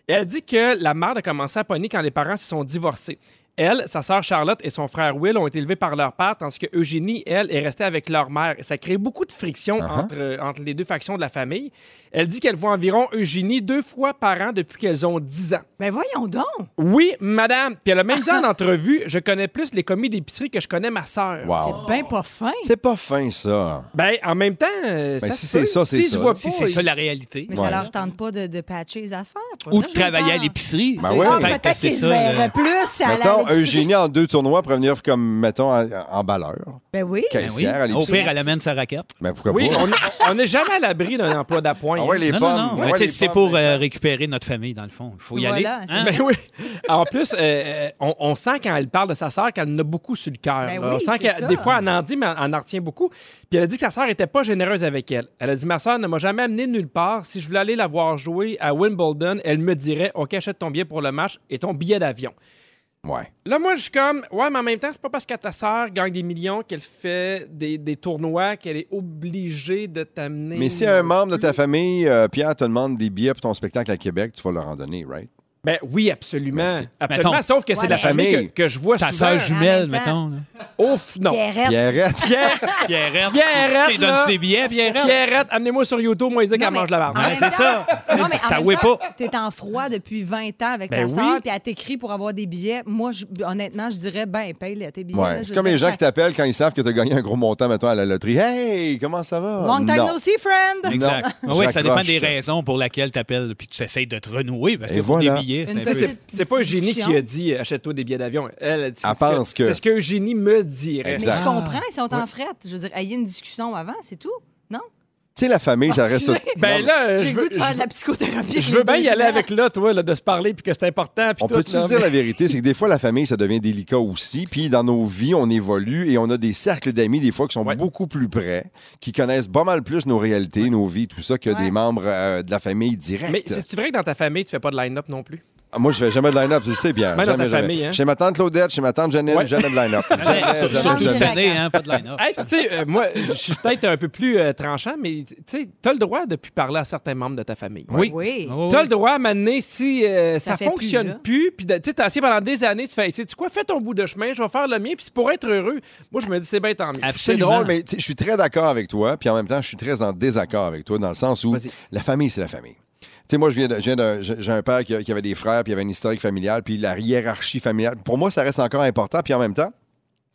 S1: Et elle dit que la mère a commencé à pogner quand les parents se sont divorcés. Elle, sa sœur Charlotte et son frère Will ont été élevés par leur père, tandis que Eugénie, elle, est restée avec leur mère. Et ça crée beaucoup de friction entre, euh, entre les deux factions de la famille. Elle dit qu'elle voit environ Eugénie deux fois par an depuis qu'elles ont 10 ans.
S3: Ben voyons donc.
S1: Oui, madame. Puis elle a même dit en entrevue Je connais plus les commis d'épicerie que je connais ma sœur.
S4: Wow.
S2: Oh.
S3: C'est bien Ben, pas fin.
S4: C'est pas fin, ça.
S1: Ben, en même temps, euh,
S4: Ben,
S1: ça
S4: si
S1: se
S4: c'est
S1: peut.
S4: ça, c'est
S1: Si
S4: ça.
S1: je vois
S2: Si
S1: pas,
S2: c'est
S1: il-
S2: ça la réalité.
S3: Mais
S4: Ouais.
S3: ça leur tente pas de, de patcher les affaires. Pas
S2: Ou
S3: ça,
S2: de
S3: je
S2: travailler à
S3: pense.
S2: l'épicerie.
S4: Ben
S2: tu sais,
S4: ouais.
S3: Ah, Peut-être
S4: Peut-être
S2: que c'est
S3: qu'ils se
S2: ça, le-
S3: verraient plus à
S4: Mettons,
S3: l'épicerie.
S4: Eugénie en deux tournois pourrait venir comme, mettons, en, en balleur,
S3: Ben oui.
S2: Ben oui.
S4: caissière à
S2: Au
S4: l'épicerie.
S2: pire, elle amène sa raquette.
S4: Mais pourquoi
S1: Oui,
S4: pas?
S1: on- on n'est jamais à l'abri d'un emploi d'appoint.
S4: Ah ouais, les
S2: Non,
S4: pommes.
S2: non, non.
S4: Ah
S2: Mais
S4: ouais,
S2: tu sais,
S4: les
S2: C'est
S4: pommes.
S2: pour euh, récupérer notre famille, dans le fond. Il faut y
S3: Voilà,
S2: aller.
S3: c'est
S2: hein?
S1: Ben oui. En plus, euh, euh, on, on sent quand elle parle de sa sœur qu'elle en a beaucoup sur le cœur.
S3: Ben
S1: là. on
S3: oui,
S1: sent
S3: c'est ça.
S1: que des fois, elle en dit, mais elle en retient beaucoup. Puis elle a dit que sa sœur n'était pas généreuse avec elle. Elle a dit Ma sœur ne m'a jamais amenée nulle part. Si je voulais aller la voir jouer à Wimbledon, elle me dirait OK, achète ton billet pour le match et ton billet d'avion.
S2: euh,
S4: Ouais.
S1: Là, moi, je suis comme, ouais, mais en même temps, c'est pas parce que ta sœur gagne des millions qu'elle fait des, des tournois qu'elle est obligée de t'amener.
S4: Mais si un membre de ta famille, euh, Pierre, te demande des billets pour ton spectacle à Québec, tu vas leur en donner, right?
S1: Ben oui, absolument.
S4: Merci.
S1: Absolument.
S2: Mettons.
S1: Sauf que c'est
S3: Ouais,
S1: la
S3: mais-
S1: famille,
S4: Famille.
S1: Que, que je vois
S2: Ta
S1: souvent.
S2: sœur jumelle,
S3: En même temps.
S2: mettons. là.
S1: Ouf, non.
S3: Pierrette.
S4: Pierrette,
S1: Pierre,
S2: Pierrette.
S1: Pierrette,
S2: Tu sais, donnes-tu
S1: là.
S2: des billets, Pierrette?
S1: Pierrette, amenez-moi sur YouTube, moi, il dit
S3: Non,
S1: qu'elle
S3: mais
S1: mange de la marde.
S3: en
S2: Ouais,
S3: même
S2: c'est
S3: temps-
S2: ça.
S3: Non, mais en
S2: T'as
S3: même
S2: oué
S3: temps,
S2: pas.
S3: T'es en froid depuis 20 ans avec
S1: Ben
S3: ta
S1: oui.
S3: sœur, puis elle t'écrit pour avoir des billets. Moi, je- honnêtement, je dirais, ben, paye là, tes billets. là,
S4: ouais.
S3: je
S4: C'est comme
S3: sais
S4: les gens
S3: que
S4: qui
S3: ça-
S4: t'appellent quand ils savent que tu as gagné un gros montant, mettons, à la loterie. Hey, comment ça va?
S3: Long time
S4: Non.
S3: no see, friend.
S2: Exact.
S4: Non,
S2: Ah oui, ça dépend
S4: j'accroche.
S2: des raisons pour lesquelles tu appelles puis tu essayes de te renouer parce
S4: Et
S2: que faut
S4: voilà.
S2: des billets. c'est
S3: Une
S2: un
S3: petite-
S2: peu-
S1: C'est- C'est pas Eugénie
S3: discussion.
S1: qui a dit euh, achète-toi des billets d'avion. Elle, a dit, c'est
S4: Elle
S1: ce que-
S4: pense que-
S1: C'est ce que Eugénie me dirait.
S3: Mais
S4: Exact.
S3: je comprends, ils sont en fret. Je veux dire, ayez une discussion avant, c'est tout. Non?
S4: Tu sais, la famille, ça reste.
S3: Oh, Excusez.
S1: Ben
S4: Non,
S1: là,
S3: J'ai
S1: je
S3: le
S1: veux,
S3: goût de faire
S1: je-
S3: de la psychothérapie.
S1: je veux bien y aller avec là, toi, là, de se parler puis que c'est important. puis
S4: On
S1: tout,
S4: peut-tu
S1: là,
S4: se dire la vérité? C'est que des fois, la famille, ça devient délicat aussi. Puis dans nos vies, on évolue et on a des cercles d'amis, des fois, qui sont
S1: Ouais.
S4: beaucoup plus près, qui connaissent pas mal plus nos réalités, nos vies, tout ça, que
S3: Ouais.
S4: des membres euh, de la famille
S1: Mais
S4: directe.
S1: c'est vrai que dans ta famille, tu fais pas de line-up non plus?
S4: Ah, Moi, je fais jamais de line-up, tu le sais, Pierre.
S1: Même dans
S4: jamais,
S1: ta
S4: jamais.
S1: famille, hein?
S4: Chez ma tante Claudette, chez ma tante Janine,
S1: Ouais.
S4: jamais de line-up. Jamais,
S2: Ouais,
S4: jamais,
S2: sur- Surtout
S4: jamais.
S2: cette année, hein, pas de line-up.
S1: Hey, puis tu sais, euh, moi, je suis peut-être un peu plus euh, tranchant, mais tu sais, t'as le droit de plus parler à certains membres de ta famille.
S3: Oui. Oui.
S2: Oh,
S1: T'as le droit à m'amener si euh, ça,
S3: Ça fait
S1: fonctionne
S3: plus,
S1: plus, puis de- tu sais, t'es assis pendant des années, tu fais, tu sais, tu quoi, fais ton bout de chemin, je vais faire le mien, puis c'est pour être heureux. Moi, je me dis, c'est bien tant mieux.
S4: C'est
S2: Absolument.
S4: drôle, mais tu sais, je suis très d'accord avec toi, puis en même temps, je suis très en désaccord avec toi, dans le sens où
S1: Vas-y.
S4: la famille, c'est la famille. Tu sais, moi, je viens de- je viens d'un- j'ai j'ai un père qui, a- qui avait des frères, puis il y avait une historique familiale, puis la hiérarchie familiale. Pour moi, ça reste encore important, puis en même temps,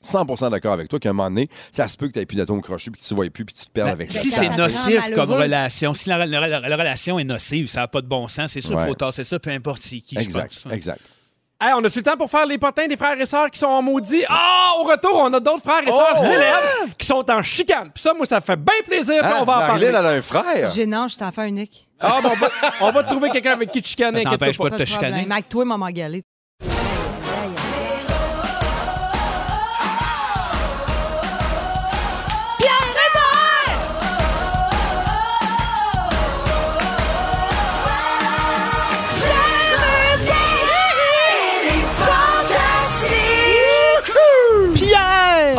S4: 100 d'accord avec toi qu'à un moment donné, ça se peut que tu n'aies plus d'atomes crochus, puis que tu ne voyais plus, puis tu te perds avec
S2: Ben, Si
S4: ça.
S2: c'est
S3: Ça te
S2: nocif
S3: rend malheureux.
S2: comme relation, si la, la- la- la relation est nocive, ça n'a pas de bon sens, c'est sûr qu'il
S4: Ouais.
S2: faut tasser ça, peu importe c'est qui,
S4: Exact,
S2: je pense.
S4: exact.
S1: Hey, on a-tu le temps pour faire les potins des frères et sœurs qui sont en maudit? Ah, au retour, on a d'autres frères et sœurs
S4: Oh!
S1: célèbres qui sont en chicane. Puis ça, moi, ça fait bien plaisir. puis
S4: Ah,
S1: on va en parler.
S4: Marilyn, elle a un frère.
S3: J'ai non, je suis enfant unique.
S1: Ah, ben, on, va, on va trouver quelqu'un avec qui te chicaner.
S2: Ça
S1: inquiète-toi
S2: t'empêche
S1: pas.
S2: pas de te chicaner.
S3: Mac, toi, maman galée.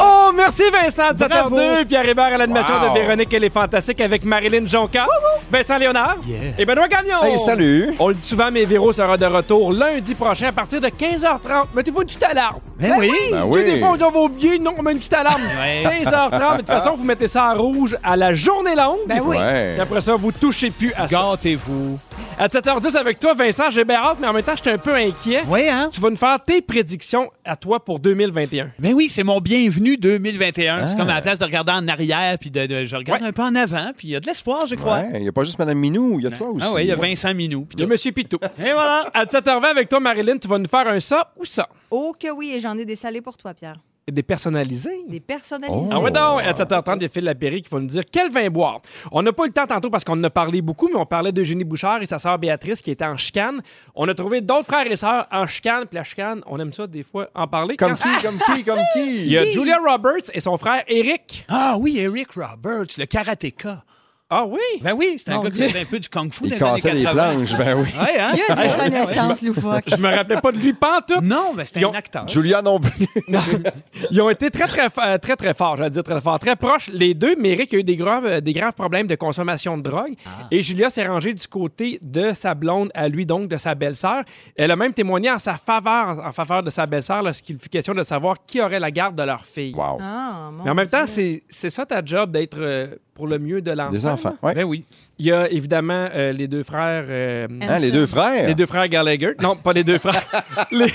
S1: Oh, merci Vincent de 7h02, Pierre Hébert à l'animation
S4: Wow.
S1: de Véronique et les Fantastiques avec Marilyn Jonca, Vincent Léonard et Benoît Gagnon.
S4: Hey, salut.
S1: On le dit souvent, mais Véro sera de retour lundi prochain à partir de 15h30. Mettez-vous une petite alarme.
S2: Ben oui!
S4: Ben
S1: Tu sais, des
S4: oui.
S1: fois, on dit, on va oublier, non, on met une petite alarme.
S2: Ouais.
S1: 15h30, de toute façon, vous mettez ça en rouge à la journée longue.
S3: Ben oui.
S1: Et
S4: Ouais.
S1: après ça, vous touchez plus à ça.
S2: Gâtez-vous.
S1: À 7h10 avec toi, Vincent, j'ai bien hâte, mais en même temps, je suis un peu inquiet.
S2: Oui, hein?
S1: Tu vas nous faire tes prédictions à toi pour 2021.
S2: Ben oui, c'est mon bienvenu 2021. C'est comme à la place de regarder en arrière, puis de, de- je regarde un peu en avant, puis il y a de l'espoir, je crois.
S4: Ouais, il n'y a pas juste Madame Minou, il y a toi aussi.
S2: Ah oui, il y a Vincent Minou. puis
S1: De Monsieur Pitou.
S2: tout. Et voilà!
S1: À 7h20 avec toi, Marilyn, tu vas nous faire un ça ou ça.
S3: Oh que oui, et j'en ai des salés pour toi, Pierre.
S1: Des personnalisés.
S3: Des personnalisés.
S1: Ah ouais, non, à 7h30, il y a Phil Lapéry qui va nous dire quel vin boire. On n'a pas eu le temps tantôt parce qu'on en a parlé beaucoup, mais on parlait d'Eugénie Bouchard et sa sœur Béatrice qui étaient en chicane. On a trouvé d'autres frères et sœurs en chicane, puis la chicane, on aime ça des fois en parler.
S4: Comme
S1: Quand-
S2: Ah.
S4: qui, comme qui, comme qui?
S1: Il y a Julia Roberts et son frère Eric.
S2: Ah oui, Eric Roberts, le karatéka.
S1: Ah oui?
S2: Ben oui, c'est un
S1: Mon
S2: gars qui
S1: Dieu.
S2: faisait un peu du kung-fu
S4: Il
S2: des années
S4: cassait les
S2: 80.
S4: planches, ben oui.
S2: Ouais, hein?
S3: Il y a des connaissances loufoques.
S1: Je me rappelais pas de lui pantoute.
S2: Non, mais
S1: Ils
S2: c'était
S1: ont-
S2: un acteur.
S4: Julia non plus.
S2: Ah.
S1: Ils ont été très, très, fa- euh, très, très forts, j'allais dire très forts, très proches, les deux. Mais Eric a eu des graves, euh, des graves problèmes de consommation de drogue. Et Julia s'est rangée du côté de sa blonde à lui, donc de sa belle-sœur. Elle a même témoigné en sa faveur, en, en faveur de sa belle-sœur, lorsqu'il fut question de savoir qui aurait la garde de leur fille.
S4: Wow.
S3: Ah, mon
S1: Mais en même temps,
S3: Dieu.
S1: c'est c'est ça ta job d'être euh, pour le mieux de l'enfant.
S4: Des enfants. Ouais.
S2: Ben oui.
S1: Il y a évidemment euh, les deux frères. euh,
S4: Hein, les deux frères.
S1: les deux frères Gallagher. Non, pas les deux frères. Les-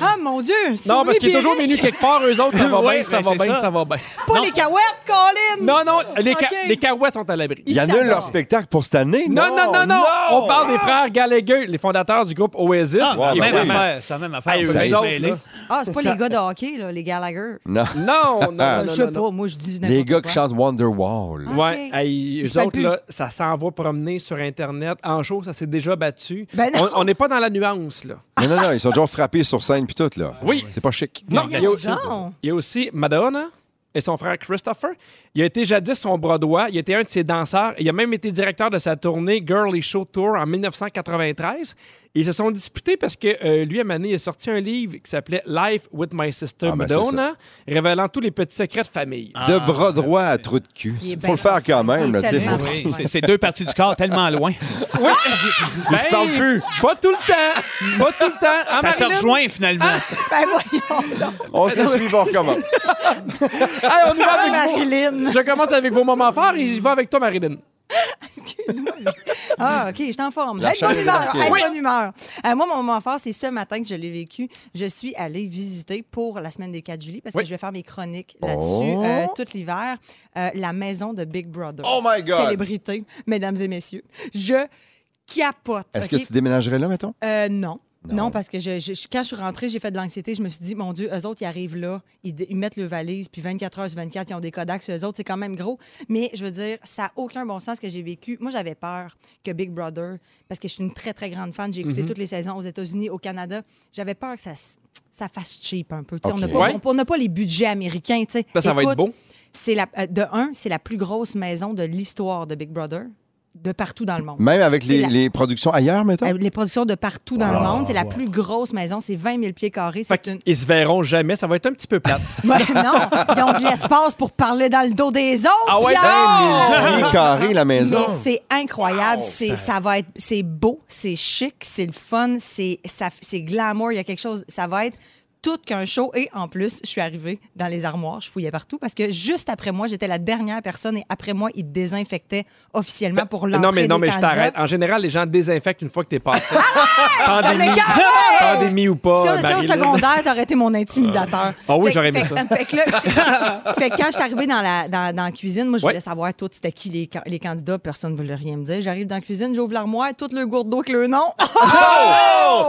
S3: Ah, mon Dieu!
S1: Non, parce qu'il est
S3: Souris,
S1: toujours
S3: Pierre.
S1: menu quelque part, eux autres, ça va
S2: Ouais,
S1: bien, ça
S2: ben,
S1: va
S2: c'est
S1: bien,
S2: ça.
S1: ça va bien.
S3: Pas les cahuètes, Colin!
S1: Non, non, les, ca-
S3: Ok.
S1: les Kawa sont à l'abri.
S4: Il y en a leur spectacle pour cette année.
S1: Non, non, non, non, On parle des frères Gallagher, les fondateurs du groupe Oasis.
S2: Ah,
S4: Wow,
S1: Et
S2: même
S4: ben oui.
S1: vraiment-
S2: affaire, c'est la même affaire.
S1: Ah,
S2: on peut
S1: eux
S2: bien se
S1: autres,
S2: mêler.
S1: là.
S3: Ah, c'est pas les gars de hockey, là, les Gallagher.
S4: Non.
S1: Non, non, non,
S3: je
S1: non,
S3: sais
S1: non,
S3: pas,
S1: non.
S3: moi, je dis n'importe
S4: Les gars qui
S3: quoi.
S4: chantent Wonderwall.
S3: Ah,
S1: Ouais,
S3: ok.
S1: hey,
S3: Ils se
S1: eux
S3: battent
S1: autres,
S3: plus.
S1: là, ça s'en va promener sur Internet. En show, ça s'est déjà battu.
S3: Ben non.
S1: On- on n'est pas dans la nuance, là.
S4: Non, non, non, ils sont toujours frappés sur scène puis tout, là.
S1: Oui.
S4: C'est pas chic.
S1: Non, il y, a aussi,
S3: donc.
S1: il y a aussi Madonna et son frère Christopher. Il a été jadis son bras droit. Il était un de ses danseurs. Il a même été directeur de sa tournée Girly Show Tour en 1993. Ils se sont disputés parce que euh, lui, à Mané, il a sorti un livre qui s'appelait Life with My Sister
S4: Ah, ben, c'est
S1: Madonna, révélant tous les petits secrets de famille.
S4: De bras droit à trou de cul.
S3: Ah, Il est
S4: Faut
S3: bien
S4: le faire quand même, là, tu sais.
S3: tellement
S4: faut-
S2: Oui, c'est- c'est deux parties du corps tellement loin.
S1: Oui!
S4: Ils se
S1: Ben
S4: parlent plus.
S1: Pas tout le temps! Pas tout le temps! Ah,
S2: Ça se
S1: Marilyn?
S2: rejoint finalement.
S3: Ben voyons donc.
S4: On se suit, on recommence.
S1: Hey, on y va avec vos-
S3: Marilyn.
S1: Je commence avec vos moments forts et je vais avec toi, Marilyn.
S3: Ah, OK, je suis en forme.
S4: La
S3: Être bonne
S4: chaîne
S3: humeur,
S4: est marquée.
S3: être
S4: Oui.
S3: bonne humeur. Euh, moi, mon moment fort, c'est ce matin que je l'ai vécu. Je suis allée visiter pour la semaine des 4 juillet parce
S1: Oui.
S3: que je vais faire mes chroniques là-dessus euh, tout l'hiver. euh, la maison de Big Brother.
S4: Oh my God.
S3: Célébrité, mesdames et messieurs. Je capote.
S4: Est-ce
S3: OK?
S4: que tu déménagerais là, mettons?
S3: Euh, non. Non, parce que je, je- je- quand je suis rentrée, j'ai fait de l'anxiété. Je me suis dit, mon Dieu, eux autres, ils arrivent là, ils, dé- ils mettent le valise, puis 24 heures sur 24, ils ont des Kodaks, eux autres, c'est quand même gros. Mais je veux dire, ça n'a aucun bon sens ce que j'ai vécu. Moi, j'avais peur que Big Brother, parce que je suis une très, très grande fan, j'ai écouté
S1: Mhm.
S3: toutes les saisons aux États-Unis, au Canada, j'avais peur que ça, s- ça fasse cheap un peu. Tu sais, On n'a
S4: Ok.
S3: pas,
S1: Ouais.
S3: on- on n'a pas les budgets américains. tu sais.
S1: Ça, ça va être
S3: Écoute,
S1: beau.
S3: c'est la, euh, de un, c'est la plus grosse maison de l'histoire de Big Brother, de partout dans le monde.
S4: Même avec
S3: C'est
S4: les,
S3: la-
S4: les productions ailleurs, mettons?
S3: Euh, Les productions de partout dans le monde. C'est la plus grosse maison. C'est 20 000 pieds carrés.
S1: Fait
S3: C'est
S1: qu'ils
S3: une...
S1: ils se verront jamais, ça va être un petit peu plate.
S3: Ouais, non, ils ont de l'espace pour parler dans le dos des autres.
S1: Ah ouais,
S3: Pierre!
S4: Mille carrés, la maison.
S3: Mais ben c'est incroyable, c'est ça va être c'est beau, c'est chic, c'est le fun, c'est ça c'est glamour, il y a quelque chose, ça va être tout qu'un show et en plus, je suis arrivée dans les armoires, je fouillais partout parce que juste après moi, j'étais la dernière personne et après moi, ils désinfectaient officiellement pour l'entrée
S1: Ben, Non, mais, non,
S3: des
S1: mais je
S3: candidats.
S1: t'arrête. En général, les gens désinfectent une fois que t'es passé.
S3: Ah, Mais
S4: Ah,
S1: pandémie,
S3: calme-toi!
S1: pandémie ou pas.
S3: Si on était
S1: Marilyn.
S3: au secondaire, t'aurais été mon intimidateur.
S1: Ah oui,
S3: Fait que-
S1: j'aurais aimé
S3: fait-
S1: ça.
S3: Fait que là, je- fait que quand je suis arrivée dans la, dans, dans la cuisine, moi, je
S1: Ouais.
S3: voulais savoir tout, c'était qui les, ca- les candidats. Personne ne voulait rien me dire. J'arrive dans la cuisine, j'ouvre l'armoire, tout le gourde d'eau avec le nom.
S4: Ah,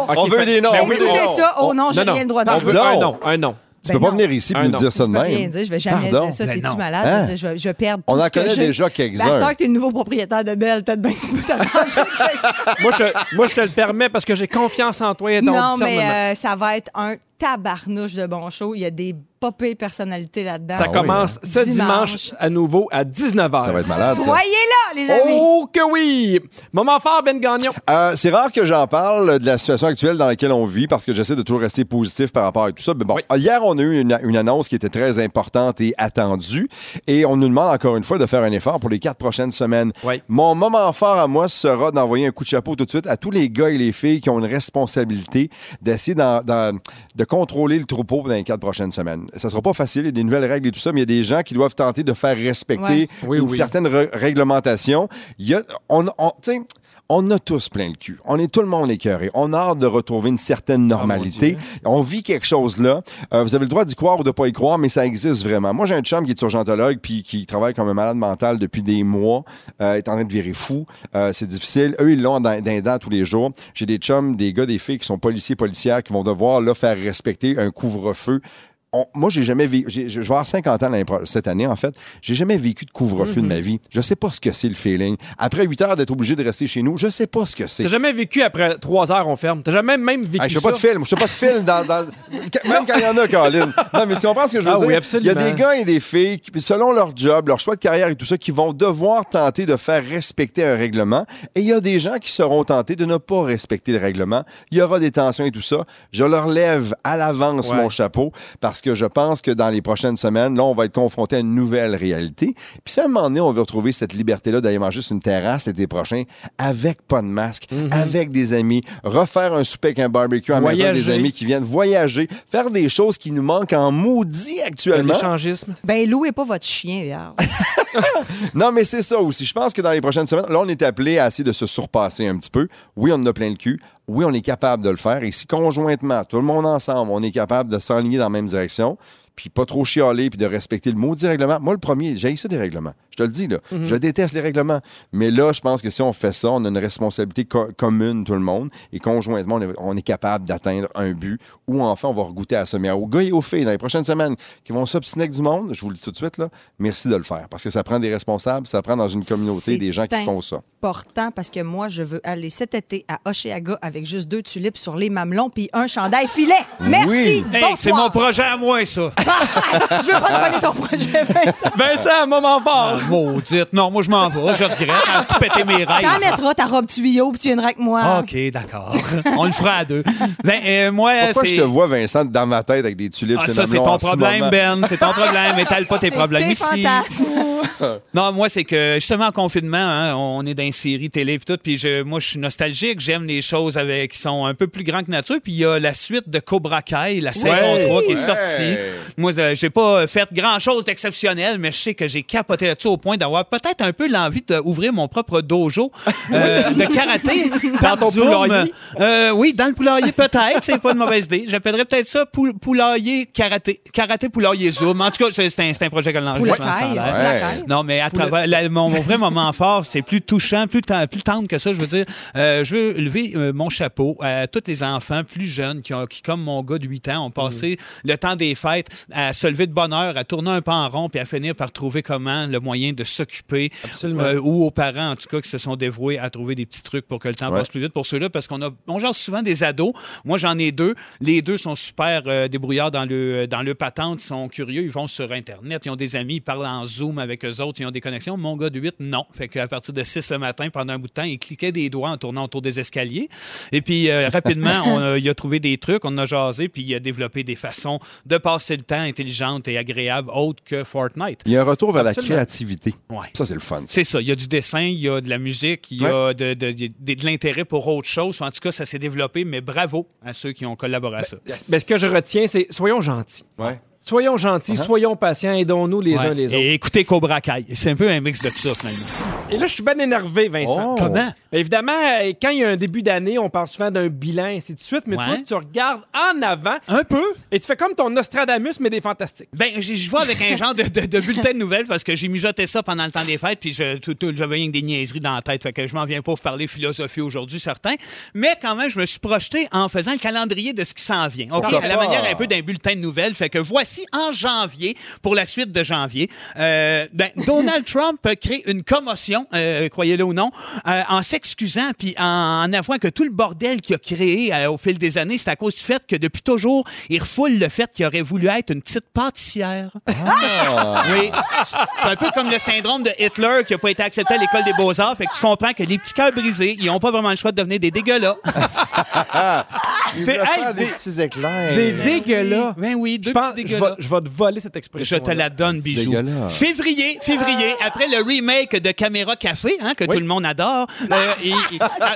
S1: Ok,
S4: On veut
S1: fait-
S4: des noms,
S1: Ben
S4: on veut des
S3: Écoutez
S4: noms.
S3: ça. Oh non, j'ai
S1: non,
S3: rien le droit de
S1: On
S3: dire.
S1: veut
S4: Non.
S1: un nom, un nom.
S4: Tu
S3: Ben
S4: peux pas
S3: non.
S4: venir ici
S1: Ah,
S4: et nous
S1: non.
S4: dire ça
S3: Je
S4: de
S3: peux rien
S4: même.
S3: dire, je vais jamais
S4: Pardon.
S3: dire ça.
S2: Ben
S3: T'es-tu
S2: non.
S3: malade?
S4: Hein?
S3: Je veux dire, Je, vais, je vais perdre
S4: On
S3: tout
S4: en
S3: ce que
S4: connaît
S3: j'ai.
S4: déjà quelques-uns.
S3: Ben, c'est que t'es le nouveau propriétaire de Belle, peut-être bien que tu peux t'arranger.
S1: moi, je, moi, je te le permets parce que j'ai confiance en toi et ton
S3: Non, mais
S1: discernement.
S3: euh, ça va être un tabarnouche de bon show. Il y a des popées personnalités là-dedans.
S1: ça
S4: oui,
S1: commence ce dimanche.
S3: euh, hein. Dimanche.
S1: à nouveau à 19h.
S4: Ça va être malade, ça.
S3: Soyez là, les amis!
S1: Oh que oui! Moment fort, Ben Gagnon.
S4: Euh, c'est rare que j'en parle de la situation actuelle dans laquelle on vit parce que j'essaie de toujours rester positif par rapport à tout ça. Mais bon, euh,
S1: Oui.
S4: hier, on a eu une, une annonce qui était très importante et attendue et on nous demande encore une fois de faire un effort pour les quatre prochaines semaines.
S1: Oui.
S4: Mon moment fort à moi sera d'envoyer un coup de chapeau tout de suite à tous les gars et les filles qui ont une responsabilité d'essayer d'en- d'en- de contrôler le troupeau dans les quatre prochaines semaines. Ça sera pas facile, il y a des nouvelles règles et tout ça, mais il y a des gens qui doivent tenter de faire respecter
S3: Ouais.
S1: Oui,
S4: une
S1: oui.
S4: certaine re- réglementation. Il y a, on, on, tu sais, on a tous plein le cul. On est tout le monde écœuré. On a hâte de retrouver une
S1: Ah,
S4: certaine normalité. on vit quelque chose là. Euh, vous avez le droit d'y croire ou de pas y croire, mais ça existe vraiment. Moi, j'ai un chum qui est urgentologue puis qui travaille comme un malade mental depuis des mois. Euh, est en train de virer fou. Euh, c'est difficile. Eux, ils l'ont dans, dans les dents tous les jours. J'ai des chums, des gars, des filles qui sont policiers, policières, qui vont devoir là, faire respecter un couvre-feu on- moi, j'ai jamais vécu. j'ai- Je vais avoir 50 ans l'année pro- cette année, en fait. J'ai jamais vécu de couvre-feu
S1: Mm-hmm.
S4: de ma vie. Je sais pas ce que c'est le feeling. Après 8 heures d'être obligé de rester chez nous, je sais pas ce que c'est.
S1: T'as jamais vécu après trois heures, on ferme. T'as jamais même vécu
S4: Hey, je fais
S1: ça.
S4: pas de film, je fais pas de film dans, dans- même quand il y en a, Colin. Non, mais tu comprends ce que je veux
S1: Ah
S4: dire?
S1: oui, absolument.
S4: Il y a des gars et des filles qui, selon leur job, leur choix de carrière et tout ça, qui vont devoir tenter de faire respecter un règlement. Et il y a des gens qui seront tentés de ne pas respecter le règlement. Il y aura des tensions et tout ça. Je leur lève à l'avance
S1: Ouais.
S4: mon chapeau parce que je pense que dans les prochaines semaines, là, on va être confronté à une nouvelle réalité. Puis si à un moment donné, on veut retrouver cette liberté-là d'aller manger sur une terrasse l'été prochain avec pas de masque,
S1: Mhm.
S4: avec des amis, refaire un souper avec un barbecue à la maison des
S1: Voyager.
S4: amis qui viennent voyager, faire des choses qui nous manquent en maudit actuellement.
S1: L'échangisme.
S3: Ben, louez pas votre chien, hier.
S4: Non, mais c'est ça aussi. Je pense que dans les prochaines semaines, là, on est appelé à essayer de se surpasser un petit peu. Oui, on en a plein le cul. Oui, on est capable de le faire. Et si conjointement, tout le monde ensemble, on est capable de s'enligner dans la même direction, puis pas trop chialer, puis de respecter le maudit règlement. Moi, le premier, j'ai ça des règlements. Je te le dis, là. Je déteste les règlements. Mais là, je pense que si on fait ça, on a une responsabilité co- commune, tout le monde. Et conjointement, on est, on est capable d'atteindre un but ou enfin, on va regoûter à ça. Mais aux gars et aux filles, dans les prochaines semaines, qui vont s'obstiner avec du monde, je vous le dis tout de suite, là, merci de le faire. Parce que ça prend des responsables, ça prend dans une communauté
S3: C'est
S4: des gens qui
S3: teint.
S4: font ça.
S3: important parce que moi, je veux aller cet été à Oceaga avec juste deux tulipes sur les mamelons puis un chandail filet. Merci.
S4: Oui.
S2: Hey,
S3: bonsoir.
S2: c'est mon projet à moi, ça.
S3: je veux pas te voler ton projet, Vincent.
S1: Vincent, moment fort.
S2: Maudite. Non, moi, je m'en vais. Je regrette. J'ai tout pété mes
S3: T'en
S2: rêves.
S3: mettras ta robe tuyau puis tu viendras avec moi.
S2: OK, d'accord. On le fera à deux. Ben, euh, moi,
S4: Pourquoi
S2: c'est-
S4: je te vois, Vincent, dans ma tête avec des tulipes?
S2: Ah,
S4: ces
S2: ça, c'est
S4: mamelons
S2: ton
S4: en ce
S2: problème,
S4: moment?
S2: Ben. C'est ton problème. Étale pas tes
S3: C'est
S2: problèmes
S3: tes
S2: ici.
S3: fantasmes.
S2: Non, moi, c'est que justement en confinement, hein, on est dans les séries télé et tout, puis je, moi, je suis nostalgique. J'aime les choses avec, qui sont un peu plus grandes que nature. Puis il y a la suite de Cobra Kai, la saison 3 qui est
S4: Ouais.
S2: sortie. Moi, euh, j'ai pas fait grand-chose d'exceptionnel, mais je sais que j'ai capoté là-dessus au point d'avoir peut-être un peu l'envie d'ouvrir mon propre dojo euh, de karaté par
S1: ton
S2: Zoom.
S1: poulailler?
S2: Euh, oui, dans le poulailler, peut-être. C'est pas une mauvaise idée. J'appellerais peut-être ça pou- poulailler karaté. Karaté poulailler Zoom. En tout cas, c'est c'est un, c'est un projet que
S3: Pour la
S2: l'enregistrement
S3: caille,
S2: ça a l'air.
S3: pour la
S4: Ouais.
S3: caille.
S2: Non, mais à travers la- mon, mon vrai moment fort, c'est plus touchant, plus, ten- plus tendre que ça. Je veux dire, Euh, je veux lever euh, mon chapeau à tous les enfants plus jeunes qui, ont, qui, comme mon gars de 8 ans, ont passé le temps des fêtes à se lever de bonne heure, à tourner un pas en rond, puis à finir par trouver comment le moyen de s'occuper.
S1: Absolument.
S2: Euh, ou aux parents, en tout cas, qui se sont dévoués à trouver des petits trucs pour que le temps
S4: Ouais.
S2: passe plus vite pour ceux-là, parce qu'on a, on genre souvent des ados. Moi, j'en ai deux. Les deux sont super euh, débrouillards dans le, dans le patente. Ils sont curieux. Ils vont sur Internet. Ils ont des amis. Ils parlent en Zoom avec eux autres. Ils ont des connexions. Mon gars de 8, non. Fait qu'à partir de 6 le matin, pendant un bout de temps, il cliquait des doigts en tournant autour des escaliers. Et puis, euh, rapidement, on a- il a trouvé des trucs. On en a jasé. Puis, il a développé des façons de passer le temps intelligente et agréable, autre que Fortnite.
S4: Il y a un retour vers
S1: Absolument.
S4: la créativité.
S2: Ouais.
S4: Ça, c'est le fun.
S2: C'est ça. Il y a du dessin, il y a de la musique, il y a de, de- de- de- de l'intérêt pour autre chose. En tout cas, ça s'est développé, mais bravo à ceux qui ont collaboré à ça.
S1: Mais ce que je retiens, c'est soyons gentils.
S4: Ouais.
S1: Soyons gentils, soyons patients, aidons-nous les
S2: Uh-huh. Ouais.
S1: uns les autres.
S2: Et écoutez Cobra Kai. C'est un peu un mix de tout ça, finalement.
S1: Et là, je suis bien énervé, Vincent.
S4: Oh.
S2: Comment?
S1: Ben, évidemment, euh, quand il y a un début d'année, on parle souvent d'un bilan, et ainsi de suite, mais
S2: Ouais.
S1: toi, tu regardes en avant
S2: Un peu.
S1: et tu fais comme ton Nostradamus, mais des fantastiques.
S2: Ben, j'ai- je vois avec un genre de, de- de bulletin de nouvelles parce que j'ai mijoté ça pendant le temps des fêtes, puis je- tout- tout- j'avais rien que des niaiseries dans la tête. Fait que je m'en viens pas vous parler philosophie aujourd'hui, certain. Mais quand même, je me suis projeté en faisant le calendrier de ce qui s'en vient. OK?
S4: Pourquoi
S2: À la
S4: pas?
S2: manière un peu d'un bulletin de nouvelles. Fait que voici en janvier, pour la suite de janvier, euh, ben, Donald Trump crée une commotion, euh, croyez-le ou non, euh, en s'excusant, puis en, en avouant que tout le bordel qu'il a créé euh, au fil des années, c'est à cause du fait que depuis toujours, il refoule le fait qu'il aurait voulu être une petite pâtissière. Oui. C'est un peu comme le syndrome de Hitler qui n'a pas été accepté à l'école des beaux-arts. Fait que tu comprends que les petits cœurs brisés, ils n'ont pas vraiment le choix de devenir des dégueulas.
S4: Il
S1: T'es-
S4: voulait faire
S1: hey,
S4: des
S1: des-
S4: petits éclairs.
S1: Des dégueulas.
S2: Ben oui,
S1: Je
S2: deux
S1: pense-
S2: petits
S1: je vais
S2: dégueulas.
S1: je vais te voler cette
S2: Je
S1: expression.
S2: te la donne, bijou.
S4: dégueulasse.
S2: Février, février, après le remake de Caméra Café, hein, que
S1: Ah! Oui. Ah,
S2: tout le monde adore, euh, ils, ils- ah,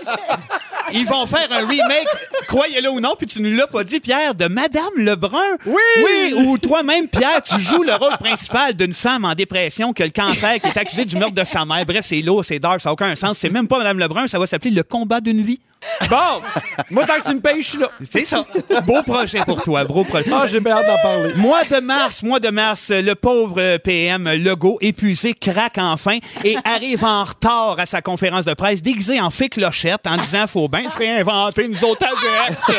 S2: ils vont faire un remake croyez-le ou non, puis tu nous l'as pas dit, Pierre, de Madame Lebrun.
S1: Oui!
S2: Oui, ou toi-même, Pierre, tu joues le rôle principal d'une femme en dépression qui a le cancer, qui est accusée du meurtre de sa mère. Bref, c'est lourd, c'est dark, ça n'a aucun sens. C'est même pas Madame Lebrun, ça va s'appeler le combat d'une vie.
S1: Bon, moi, tant que tu me payes, je suis là.
S2: C'est ça. Beau projet pour toi, beau projet.
S1: Ah, j'ai bien hâte d'en parler.
S2: Mois de mars, mois de mars, le pauvre euh, PM Legault, épuisé, craque enfin et arrive en retard à sa conférence de presse, déguisé en fée clochette en disant faut bien se réinventer, nous autres avec.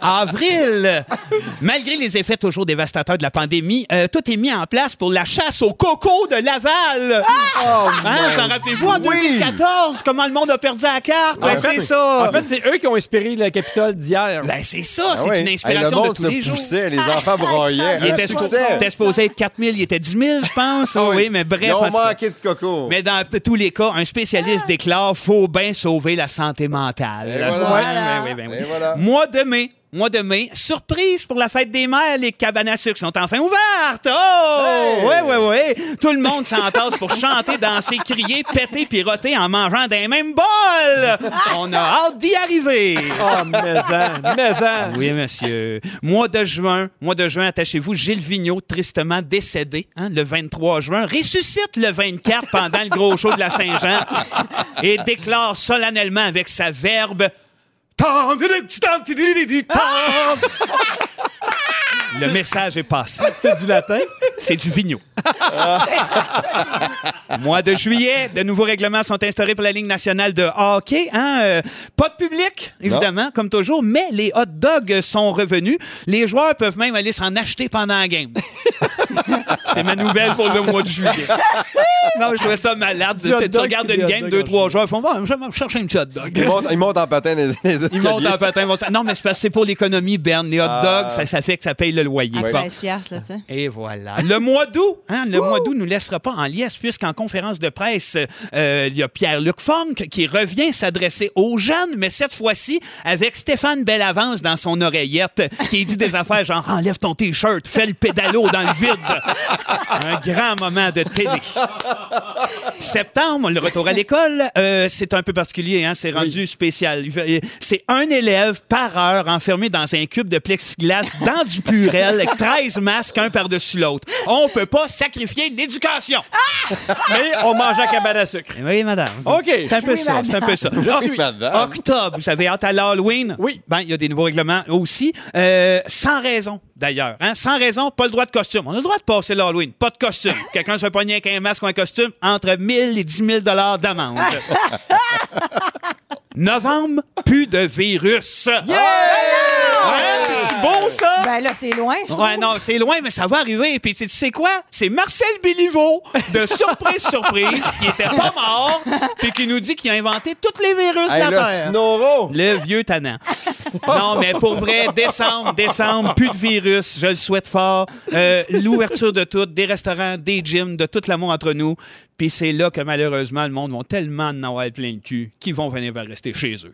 S2: Avril, malgré les effets toujours dévastateurs de la pandémie, euh, tout est mis en place pour la chasse au coco de Laval. Ah! Hein, vous en rappelez-vous, en 2014, comment le monde a perdu la carte? Ben, c'est ça.
S1: En fait, c'est eux qui ont inspiré le Capitole d'hier.
S2: Ben, c'est ça,
S4: Ah
S2: c'est
S4: ouais.
S2: une
S4: Hey,
S2: inspiration
S4: le
S2: de
S4: monde
S2: tous
S4: se
S2: les jours. Ah,
S4: poussait, les enfants broyaient.
S2: Il
S4: Un
S2: était,
S4: succès.
S2: il était supposé être 4 000, il était 10 000, je pense.
S4: Ah
S2: oui. mais bref.
S4: Ils
S2: en
S4: ont
S2: tout cas.
S4: manqué de coco.
S2: Mais dans t- tous les cas, un spécialiste déclare faut bien sauver la santé mentale.
S4: Et voilà.
S2: Ouais, ouais, ouais, ouais,
S4: Et
S2: ouais.
S4: voilà.
S2: Mois de mai. Mois de mai, surprise pour la fête des mères, les cabanes à sucre sont enfin ouvertes! Oh!
S4: Hey!
S2: Ouais, ouais, ouais! Tout le monde s'entasse pour chanter, danser, crier, péter, piroter en mangeant des mêmes bols! On a hâte d'y arriver!
S1: Oh, mais maison.
S2: Ah Oui, monsieur. Mois de juin, mois de juin, attachez-vous, Gilles Vigneault, tristement décédé hein, le 23 juin, ressuscite le 24 pendant le gros show de la Saint-Jean et déclare solennellement avec sa verbe le message est passé.
S1: C'est du latin.
S2: C'est du vigno. Mois de juillet, de nouveaux règlements sont instaurés pour la Ligue nationale de hockey. hein, euh, pas de public, évidemment, comme toujours, mais les hot dogs sont revenus. Les joueurs peuvent même aller s'en acheter pendant la game. C'est ma nouvelle pour le mois de juillet. Non, je trouvais ça malade. Tu,
S1: Du hot
S2: tu
S1: dog,
S2: regardes
S1: c'est
S2: une
S1: des hot
S2: game,
S1: dogs
S2: deux,
S1: en
S2: trois joueurs font Bon, je vais me chercher un petit hot dog.
S4: Ils montent, ils montent en patin les, les
S2: Ils
S4: escaliers.
S2: montent en patin, ils vont Ah. s'en- Non, mais c'est parce que c'est pour l'économie, Berne. Les hot dogs, ça, ça fait que ça paye le loyer.
S3: À
S2: Bon.
S3: 13 piastres, là, tu sais.
S2: Et voilà. Le mois d'août, hein, le mois d'août nous laissera pas en liesse puisqu'en conférence de presse, euh, il y a Pierre-Luc Funk qui revient s'adresser aux jeunes, mais cette fois-ci avec Stéphane Bellavance dans son oreillette qui dit des affaires genre enlève ton t-shirt, fais le pédalo dans le vide. Un grand moment de télé. Septembre, le retour à l'école, euh, c'est un peu particulier, hein, c'est rendu spécial. C'est un élève par heure enfermé dans un cube de plexiglas dans du purel avec 13 masques un par-dessus l'autre. On peut pas sacrifier l'éducation.
S1: Ah! Mais on mange à cabane à sucre.
S2: Oui, madame.
S1: OK.
S2: C'est un peu ça, c'est un peu ça. Ah,
S1: Je suis.
S4: Madame.
S2: Octobre, vous avez hâte à l'Halloween?
S1: Oui.
S2: Ben, il y a des nouveaux règlements aussi. Euh, sans raison, d'ailleurs. hein. Sans raison, pas le droit de costume. On a le droit de passer l'Halloween. Pas de costume. Quelqu'un se fait pogner avec un masque ou un costume, entre 1000 et 10 000 dollars d'amende. Novembre, plus de virus. Ouais, C'est-tu beau, ça?
S3: Ben là, c'est loin, je trouve.
S2: Ouais, non, c'est loin, mais ça va arriver. Puis c'est- tu sais quoi? C'est Marcel Béliveau, de Surprise Surprise, qui était pas mort, puis qui nous dit qu'il a inventé tous les virus de
S4: Hey,
S2: la Terre.
S4: le snoro.
S2: Le vieux tannant. Non, mais pour vrai, décembre, décembre, plus de virus, je le souhaite fort. Euh, L'ouverture de tout, des restaurants, des gyms, de tout l'amour entre nous. Puis c'est là que malheureusement, le monde vont tellement en avoir plein le cul qu'ils vont venir rester chez eux.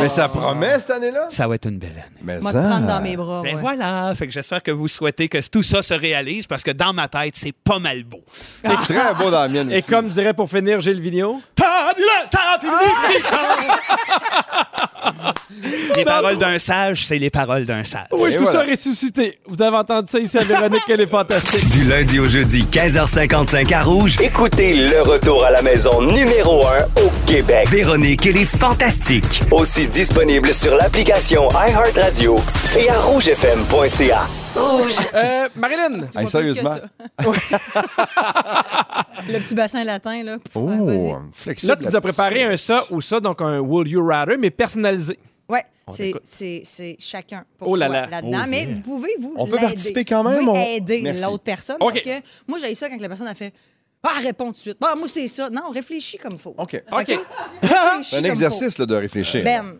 S4: Mais ça promet cette année-là.
S2: Ça va être une belle année.
S4: Mais
S3: Moi, te Oh. prendre dans mes bras.
S2: Ben
S3: ouais.
S2: voilà, fait que j'espère que vous souhaitez que tout ça se réalise parce que dans ma tête, c'est pas mal beau.
S4: C'est très beau dans la mienne.
S1: Et
S4: aussi.
S1: comme dirait pour finir Gilles Vigneault,
S2: Tente-le,
S3: Ah!
S2: tente-le. Les paroles d'un sage, c'est les paroles d'un sage.
S1: oui,
S4: Et
S1: tout ça
S4: voilà.
S1: ressuscité. Vous avez entendu ça ici à Véronique, elle est fantastique.
S6: Du lundi au jeudi, 15h55 à Rouge.
S7: Écoutez le retour à la maison numéro 1 au Québec.
S6: Véronique et les Fantastiques.
S7: Aussi disponible sur l'application iHeartRadio et à rougefm.ca.
S1: Euh, Marilyn,
S4: Hey, sérieusement.
S3: Le petit bassin latin, là. Pff, ouais, vas-y.
S4: Oh, flexible.
S1: là, tu
S4: la
S1: nous as
S4: petite.
S1: préparé un ça ou ça, donc un Will You Rather, mais personnalisé.
S3: Ouais, c'est,
S1: t'écoute.
S3: c'est, c'est chacun pour
S1: Oh là
S3: soi
S1: là.
S3: là-dedans.
S1: Oh
S3: mais vous pouvez vous
S4: On peut
S3: l'aider.
S4: participer quand même,
S3: Vous pouvez
S4: on-
S3: aider
S4: Merci.
S3: l'autre personne.
S1: OK.
S3: Parce que moi, j'ai ça quand la personne a fait Ah, réponds tout de suite. Ah, moi, c'est ça. Non, réfléchis comme il faut.
S2: Ah,
S4: OK.
S1: OK.
S3: Réfléchis
S4: C'est un
S3: comme
S4: exercice là, de réfléchir.
S3: faut. Ben,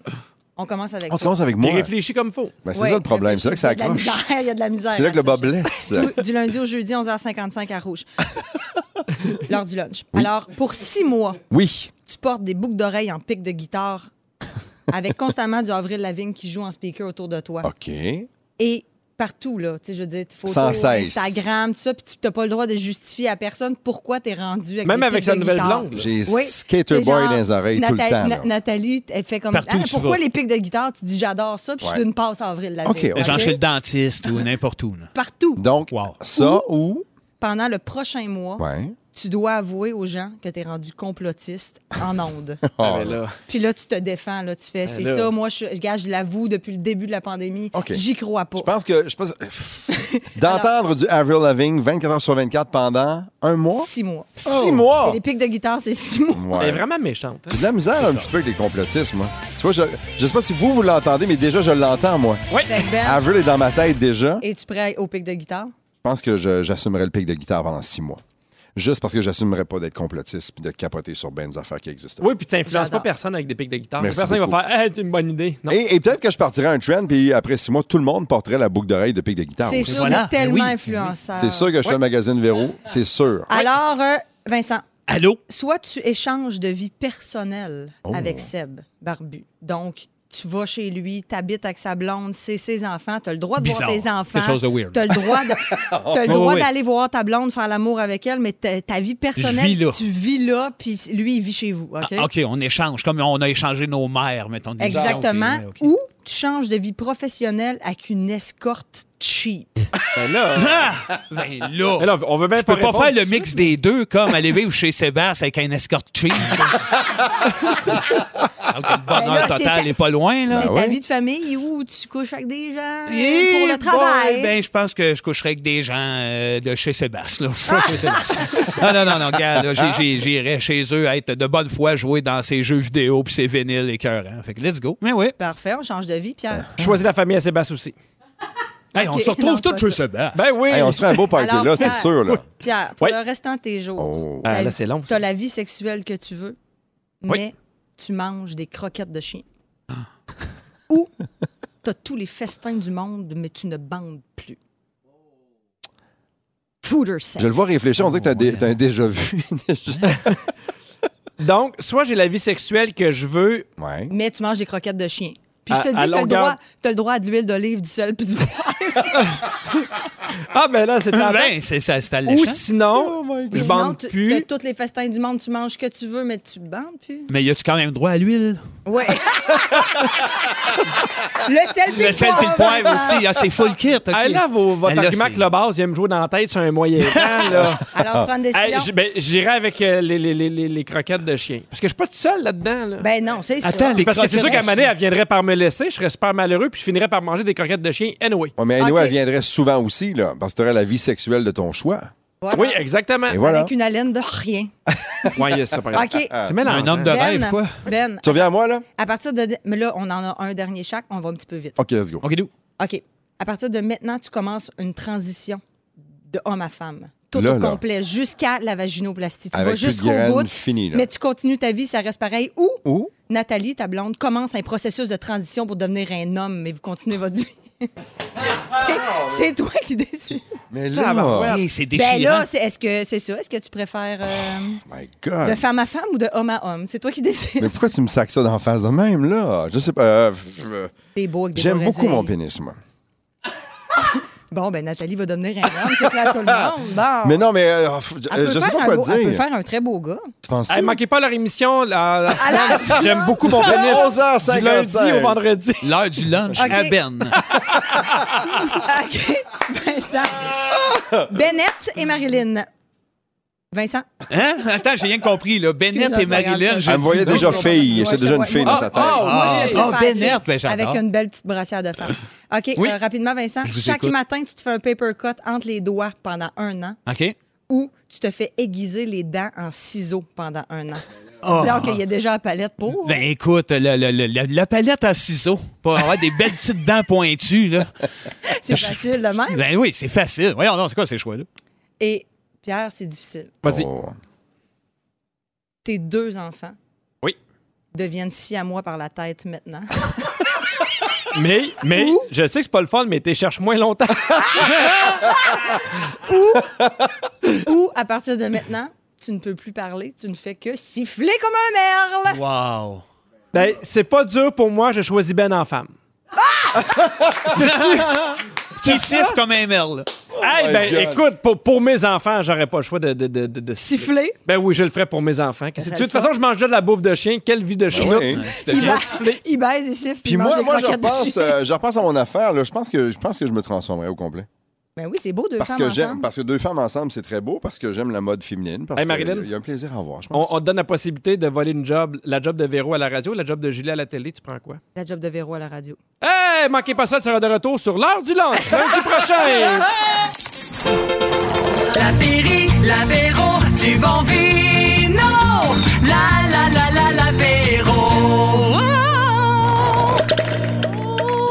S3: on commence avec
S4: on
S3: toi.
S4: commence Ah, avec
S1: T'es
S4: moi.
S1: réfléchi comme faux.
S4: Ben, c'est
S3: Ouais,
S4: ça le problème. C'est là que
S3: Il y
S4: ça
S3: a de la
S4: accroche.
S3: misère, Il y a de la misère.
S4: C'est là que le
S3: à ça.
S4: bas blesse.
S3: Tout- du lundi au jeudi, 11h55 à Rouge. L'heure du lunch. Alors, pour six mois,
S4: Oui.
S3: tu portes des boucles d'oreilles en pic de guitare avec constamment du Avril Lavigne qui joue en speaker autour de toi.
S4: OK.
S3: Et partout, là. Tu sais, je veux dire, photos,
S4: Sans cesse.
S3: Instagram, tout ça, puis tu n'as pas le droit de justifier à personne pourquoi tu es rendu avec
S1: Même
S3: des
S1: avec
S3: pics
S1: sa
S3: de
S1: nouvelle
S3: guitare.
S1: blonde, là.
S4: J'ai
S3: Oui.
S4: skater
S3: C'est
S4: boy
S3: genre,
S4: dans les oreilles tout le
S3: Nathalie-
S4: temps.
S3: Na-
S4: là.
S3: Nathalie, elle fait comme
S2: Partout où
S3: Ah,
S2: tu
S3: pourquoi
S2: vas.
S3: les pics de guitare Tu dis j'adore ça, puis je
S4: Ouais.
S3: suis d'une passe avril la
S4: OK,
S3: veille.
S4: OK.
S2: Genre
S3: Ok?
S2: chez le dentiste ou n'importe où. là.
S3: Partout.
S4: Donc,
S2: Wow.
S4: ça ou.
S3: Pendant le prochain mois,
S4: Ouais.
S3: tu dois avouer aux gens que tu es rendu complotiste en ondes.
S1: Ah,
S4: Ah,
S1: mais là,
S3: Puis là, tu te défends, là, tu fais, c'est
S1: là.
S3: ça, moi, je, regarde, je l'avoue depuis le début de la pandémie,
S4: OK.
S3: j'y crois pas.
S4: Je pense que. Je pense... D'entendre du Avril Lavigne 24 heures sur 24 pendant un mois?
S3: Six mois.
S4: Six
S3: C'est
S4: mois!
S3: les pics de guitare, c'est six mois.
S1: elle est
S4: Ouais.
S1: vraiment méchante. hein.
S4: J'ai de la misère un petit peu avec les complotistes, moi. Tu vois, je, je sais pas si vous, vous l'entendez, mais déjà, je l'entends, moi.
S3: Fait que Ben,
S4: Avril est dans ma tête déjà.
S3: es-tu prêt au pic de guitare?
S4: Je pense que je- j'assumerai le pic de guitare pendant six mois. Juste parce que j'assumerai pas d'être complotiste puis de capoter sur ben des affaires qui existent.
S1: Oui, puis tu n'influences pas
S3: J'adore.
S1: personne avec des pics de guitare.
S4: Merci
S1: personne qui va
S4: beaucoup.
S1: faire Hey, c'est une bonne idée. Non.
S4: Et, et peut-être que je partirai un trend, puis après six mois, tout le monde porterait la boucle d'oreille de pic de guitare.
S3: c'est
S4: aussi.
S3: sûr,
S2: Voilà.
S3: il est tellement
S2: Mais Ah oui.
S3: influenceur.
S4: C'est sûr que je fais un magazine Véro, c'est sûr.
S3: Alors, euh, Vincent,
S2: Allô?
S3: soit tu échanges de vie personnelle
S4: Oh.
S3: avec Seb Barbu. Donc, tu vas chez lui, t'habites avec sa blonde, c'est ses enfants, t'as le droit de
S2: Bizarre.
S3: voir tes enfants.
S2: Quelque chose de weird.
S3: T'as le droit de- t'as le
S2: Oh,
S3: droit
S2: oui.
S3: d'aller voir ta blonde, faire l'amour avec elle, mais ta ta vie personnelle,
S2: vis là.
S3: tu vis là, puis lui, il vit chez vous. OK?
S2: Ah, OK, on échange, comme on a échangé nos mères, mettons. des
S3: Exactement.
S2: gens, puis- ouais,
S3: Ou tu changes de vie professionnelle avec une escorte cheap.
S1: Ben là,
S2: OK. Ben là,
S1: mais là, on veut bien
S2: je peux pas
S1: répondre
S2: faire le
S1: tout de
S2: mix des deux, comme aller vivre chez Sébastien avec un escorte cheap. Ça aucun
S3: Ben
S2: bonheur
S3: là,
S2: total
S3: c'est-
S2: n'est pas loin, là.
S3: C'est
S4: ouais.
S3: ta vie de famille où tu couches avec des gens
S2: Eh
S3: pour le
S2: boy,
S3: travail.
S2: ben, je pense que je coucherai avec des gens euh, de chez Sébastien. là. Je suis pas chez Sébastien. Non, non, non, non, regarde, là, j'ai- j'ai- j'irai chez eux être de bonne foi jouer dans ces jeux vidéo puis ces vinyles et cœur. Fait que let's go. Mais oui.
S3: Parfait, on change de vie, Pierre.
S1: Choisis la famille à Sébastien aussi.
S2: Hey, on
S3: Ok,
S2: se retrouve
S3: non, c'est
S2: tous
S3: pas
S2: chez
S3: ça.
S2: Sébastien.
S1: Ben oui.
S4: Hey, on serait un beau party
S3: Alors,
S4: là, c'est
S3: Pierre.
S4: sûr. Là.
S3: Pierre, pour
S1: Oui.
S3: le restant de tes jours,
S4: Oh.
S1: Ah,
S3: ta-
S1: là, c'est long,
S3: t'as
S1: ça.
S3: la vie sexuelle que tu veux,
S1: Oui.
S3: mais tu manges des croquettes de chien. Ou t'as tous les festins du monde, mais tu ne bandes plus. Food or sex.
S4: Je le vois réfléchir, on dirait que t'as, dé- t'as un déjà vu.
S1: Donc, soit j'ai la vie sexuelle que je veux.
S4: ouais.
S3: Mais tu manges des croquettes de chien. Puis
S1: À-
S3: je te dis,
S1: à
S3: t'as le,
S1: longueur-
S3: droit- t'as le droit à de l'huile d'olive, du sel, puis du
S1: Ah, ben là, c'est tentant.
S2: Ben, c'est ça, c'est
S1: Ou
S2: alléchant.
S1: sinon,
S4: Oh my God.
S1: je
S3: Sinon,
S1: bande
S3: tu- T'as
S1: plus.
S3: tous les festins du monde, tu manges ce que tu veux, mais tu ne bandes plus.
S2: Mais y a-tu quand même droit à l'huile?
S3: Ouais. le sel puis
S2: Le sel puis le poivre
S3: Vincent.
S2: aussi, ah, c'est full kit. ok.
S1: Hey, là, vos- votre
S2: Ben là,
S1: argument
S2: c'est-
S1: que le base, j'aime jouer dans la tête sur un moyen temps, là.
S3: Alors, prendre des
S1: Hey,
S3: décision.
S1: j- ben, J'irai avec euh, les, les- les- les- les croquettes de chien. Parce que je suis pas tout seul là-dedans. Là.
S3: Ben non, c'est ça.
S2: Attends, les
S1: Parce que c'est sûr
S2: croquettes
S1: qu'à un
S2: de
S1: moment donné, elle viendrait par me laisser, je serais super malheureux, puis je finirais par manger des croquettes de chien anyway.
S4: Ouais, mais anyway,
S3: Ok.
S4: elle viendrait souvent aussi, là, parce que t'aurais la vie sexuelle de ton choix.
S2: Ah.
S3: Voilà.
S1: Oui, exactement.
S4: Et voilà. Ah,
S3: Avec une haleine de rien.
S1: Ouais, il y a ça, par exemple.
S3: OK.
S1: C'est hein. mélangeant.
S2: Un homme de
S3: Ben,
S2: rêve, quoi.
S3: Ben,
S4: Tu reviens à moi, là?
S3: à partir de. Mais là, on en a un dernier chaque, on va un petit peu vite.
S4: OK, let's go.
S2: OK, d'où?
S3: OK. À partir de maintenant, tu commences une transition de homme à femme. Tout
S4: Là,
S3: au
S4: là.
S3: complet, jusqu'à la vaginoplastie. Tu vas
S4: Avec plus de
S3: jusqu'au
S4: graines,
S3: bout.
S4: fini, là.
S3: Mais tu continues ta vie, ça reste pareil. Ou
S4: Ou?
S3: Nathalie, ta blonde, commence un processus de transition pour devenir un homme, mais vous continuez votre vie. C'est- c'est toi qui décides.
S4: Mais
S1: Tabarouette.
S4: là...
S2: Hey, c'est déchirant.
S3: Ben là, c'est- est-ce que c'est ça? Est-ce que tu préfères euh,
S4: My
S3: de
S4: God!
S3: femme à femme ou de homme à homme? C'est toi qui décides.
S4: Mais pourquoi tu me sacs ça d'en face de même, là? Je sais pas. euh, je-
S3: T'es beau avec des
S4: J'aime
S3: beaux
S4: beaucoup mon
S3: raisins.
S4: pénis, moi.
S3: Bon, ben Nathalie va devenir un homme, c'est clair à tout le monde. Bon.
S4: Mais non, mais euh, f-
S3: Elle
S4: euh,
S3: peut
S4: je sais
S3: faire
S4: pas
S3: un
S4: quoi
S3: beau- Elle peut
S4: dire.
S3: faire un très beau gars.
S4: Tu penses
S1: Hey, manquez pas leur émission. la- la
S3: la
S1: semaine. J'aime beaucoup mon pénis.
S4: 11h55.
S1: Du lundi au vendredi.
S2: L'heure du lunch
S3: OK.
S2: à Ben.
S3: OK. Vincent. Bennett et Marilyn. Vincent.
S2: Hein? Attends, j'ai rien compris, là. Bennett et Marilyn, j'ai
S4: Elle me voyait
S2: dit
S4: déjà
S2: non.
S4: fille.
S3: Ouais,
S4: J'étais déjà une
S3: ouais,
S4: fille
S3: moi-
S4: dans sa tête.
S1: Ah, moi,
S2: Ah,
S1: j'ai-
S2: ah,
S3: Faire
S2: Bennett, ben
S3: Avec
S2: j'adore.
S3: une belle petite brassière de femme. OK,
S2: Oui.
S3: euh, rapidement, Vincent.
S2: Je vous
S3: Chaque
S2: écoute.
S3: matin, tu te fais un paper cut entre les doigts pendant un an
S2: OK?
S3: ou tu te fais aiguiser les dents en ciseaux pendant un an. Disons qu'il y a déjà la palette pour.
S2: Ah. Ben écoute, la, la- la- la- la palette à ciseaux, pour avoir des belles petites dents pointues, là.
S3: c'est facile de même.
S2: Ben oui, c'est facile. Voyons, non, c'est quoi ces choix-là?
S3: Et Pierre, c'est difficile.
S1: Vas-y.
S4: Oh.
S3: Tes deux enfants
S1: Oui.
S3: deviennent si à moi par la tête maintenant.
S1: Mais, mais, je sais que c'est pas le fun, mais t'es cherches moins longtemps.
S3: ou à partir de maintenant, tu ne peux plus parler, tu ne fais que siffler comme un merle.
S2: Wow.
S1: Ben, c'est pas dur pour moi, je choisis Ben en femme. C'est-tu?
S2: qui siffle comme un merle.
S1: Hey,
S4: my
S1: ben,
S4: God.
S1: écoute, pour, pour mes enfants, j'aurais pas le choix de, de, de, de- de siffler. Ben oui, je le ferais pour mes enfants.
S8: Ben,
S1: Qu'est-ce que tu veux? De toute façon, je mange déjà de la bouffe de chien. Quelle vie de chien.
S4: Ouais.
S2: C'était
S3: Il,
S2: bien.
S3: ba- il baise et siffle.
S4: Puis
S3: il mange
S4: moi,
S3: des
S4: moi je,
S3: croquettes de
S4: repense,
S3: chien.
S4: euh, je repense à mon affaire. Là. Je, pense que, je pense que je me transformerai au complet.
S3: Ben oui, c'est beau de
S4: Parce que, j'aime, parce que deux femmes ensemble, c'est très beau, parce que j'aime la mode féminine. Parce
S1: Hey, Marilyn.
S4: que Il y a un plaisir à voir, je
S1: On,
S4: pense.
S1: on te donne la possibilité de voler une job, la job de Véro à la radio, la job de Julie à la télé. Tu prends quoi?
S3: La job de Véro à la radio.
S1: Hey, manquez pas ça, elle sera de retour sur l'heure du lunch lundi prochain.
S8: La Péri, l'apéro, du bon vino. La la la la l'apéro.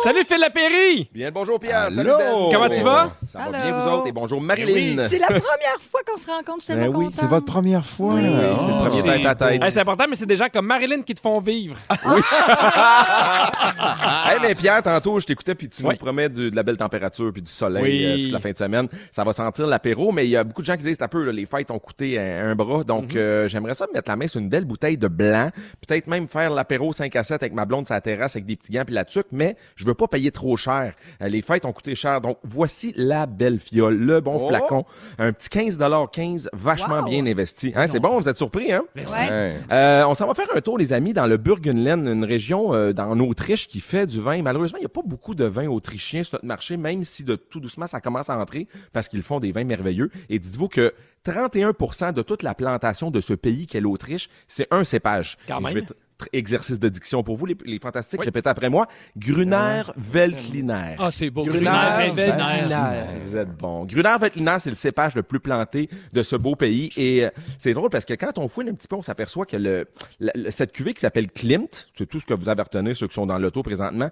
S1: Salut Phil Lapéry.
S9: Bien le bonjour Pierre.
S4: Allô?
S9: Salut Ben.
S1: Comment tu vas? Ben
S9: Ça
S3: Allô?
S9: va bien vous autres et bonjour Marilyn.
S3: Eh C'est la première fois qu'on se rencontre, je suis tellement
S9: Ben oui,
S3: contente.
S4: C'est votre première fois.
S3: Oui, oui.
S4: Ah.
S9: C'est le premier
S2: c'est
S9: tête à tête.
S1: Hey, c'est important, mais c'est des gens comme Marilyn qui te font vivre.
S9: Hey, mais Pierre, tantôt, je t'écoutais puis tu
S1: Ouais.
S9: nous promets du- de la belle température puis du soleil
S1: Oui.
S9: euh, toute la fin de semaine. Ça va sentir l'apéro, mais il y a beaucoup de gens qui disent un peu là, les fêtes ont coûté un, un bras. Donc euh, j'aimerais ça mettre la main sur une belle bouteille de blanc, peut-être même faire l'apéro 5 à 7 avec ma blonde sur la terrasse avec des petits gants puis la tuque, mais je veux pas payer trop cher. Euh, les fêtes ont coûté cher. Donc voici la belle fiole, le bon
S4: Oh!
S9: flacon, un petit 15 15 vachement
S3: Wow!
S9: bien investi. Hein, c'est bon, vous êtes surpris hein
S3: Ouais.
S4: Hey.
S9: euh, on s'en va faire un tour, les amis, dans le Burgenland, une région euh, dans- en Autriche qui fait du vin. Malheureusement, il n'y a pas beaucoup de vins autrichiens sur notre marché, même si de tout doucement ça commence à entrer parce qu'ils font des vins merveilleux. Et dites-vous que 31 de toute la plantation de ce pays qu'est l'Autriche, c'est un cépage.
S1: Quand
S9: Et
S1: même.
S9: je vais t- tr- exercice de diction pour vous, les, les fantastiques, répétez après moi. Gruner Veltliner.
S2: Ah, c'est beau.
S1: Grunard,
S2: Grunard,
S1: Grunard.
S2: Grunard.
S9: Vous êtes bon. Gruner Veltliner, c'est le cépage le plus planté de ce beau pays. Et euh, c'est drôle parce que quand on fouine un petit peu, on s'aperçoit que le, la- la- cette cuvée qui s'appelle Klimt, c'est tout ce que vous avez retenu, ceux qui sont dans l'auto présentement,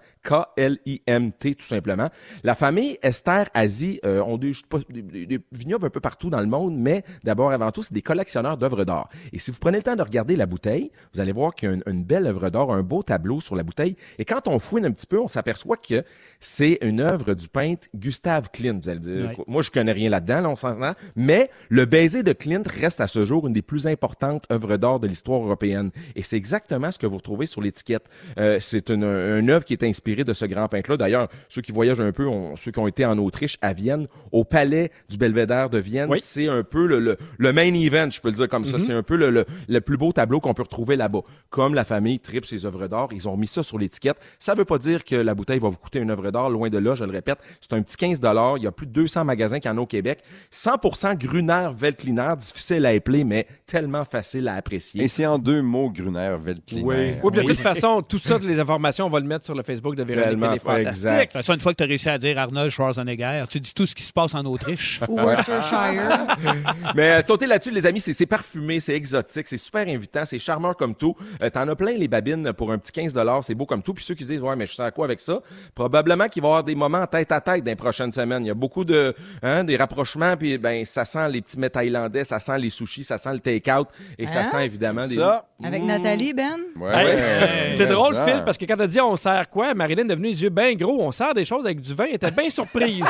S9: K-L-I-M-T, tout simplement. La famille Esther Asie euh, ont des, je sais pas, des- des- des vignobles un peu partout dans le monde, mais d'abord, avant tout, c'est des collectionneurs d'œuvres d'art. Et si vous prenez le temps de regarder la bouteille, vous allez voir qu'il y a une, une belle œuvre d'art, un beau tableau sur la bouteille. Et quand on fouine un petit peu, on s'aperçoit que c'est une œuvre du peintre Gustave Klimt, vous allez dire.
S2: Ouais.
S9: Quoi- Moi, je connais rien là-dedans, là, on s'entend. Mais le baiser de Klimt reste à ce jour une des plus importantes œuvres d'art de l'histoire européenne. Et c'est exactement ce que vous retrouvez sur l'étiquette. Euh, c'est une, une œuvre qui est inspirée de ce grand peintre-là. D'ailleurs, ceux qui voyagent un peu, ont- ceux qui ont été en Autriche, à Vienne, au palais du Belvédère de Vienne,
S1: Oui.
S9: c'est un peu le, le, le main event, je peux le dire comme ça. C'est un peu le, le, le plus beau tableau qu'on peut retrouver là-bas. Comme la famille tripe ses œuvres d'art, ils ont mis ça sur l'étiquette. Ça veut pas dire que la bouteille va vous coûter une œuvre d'art, loin de là, je le répète. C'est un petit 15 Il y a plus de 200 magasins qu'il y en a au Québec. 100 Gruner Veltliner, difficile à épeler, mais tellement facile à apprécier.
S4: Et c'est en deux mots, Gruner, Veltliner.
S1: Oui, puis de toute façon, tout ça, les informations, on va le mettre sur le Facebook de Véronique.
S9: Tellement
S1: Elle est
S9: pas
S1: fantastique.
S9: exact.
S2: De toute façon, une fois que tu as réussi à dire Arnold Schwarzenegger, tu dis tout ce qui se passe en Autriche.
S3: Ou Worcestershire.
S9: Mais euh, sautez là-dessus, les amis, c'est c'est parfumé, c'est exotique, c'est super invitant, c'est charmeur comme tout. Euh, T'en as plein les babines pour un petit 15 c'est beau comme tout. Puis ceux qui se disent, ouais, mais je sens à quoi avec ça? Probablement qu'il va y avoir des moments tête à tête dans les prochaines semaines. Il y a beaucoup de, hein, des rapprochements, puis ben, ça sent les petits mets thaïlandais, ça sent les sushis, ça sent le take-out, et
S3: Hein?
S9: ça sent évidemment des...
S4: Ça.
S3: Avec Nathalie, Ben.
S4: Ouais,
S1: Hey,
S4: ouais,
S1: c'est
S4: mais
S1: drôle,
S4: ça.
S1: Phil, parce que quand t'as dit on sert quoi, Marilyn est devenue les yeux bien gros. On sert des choses avec du vin. Elle était bien surprise.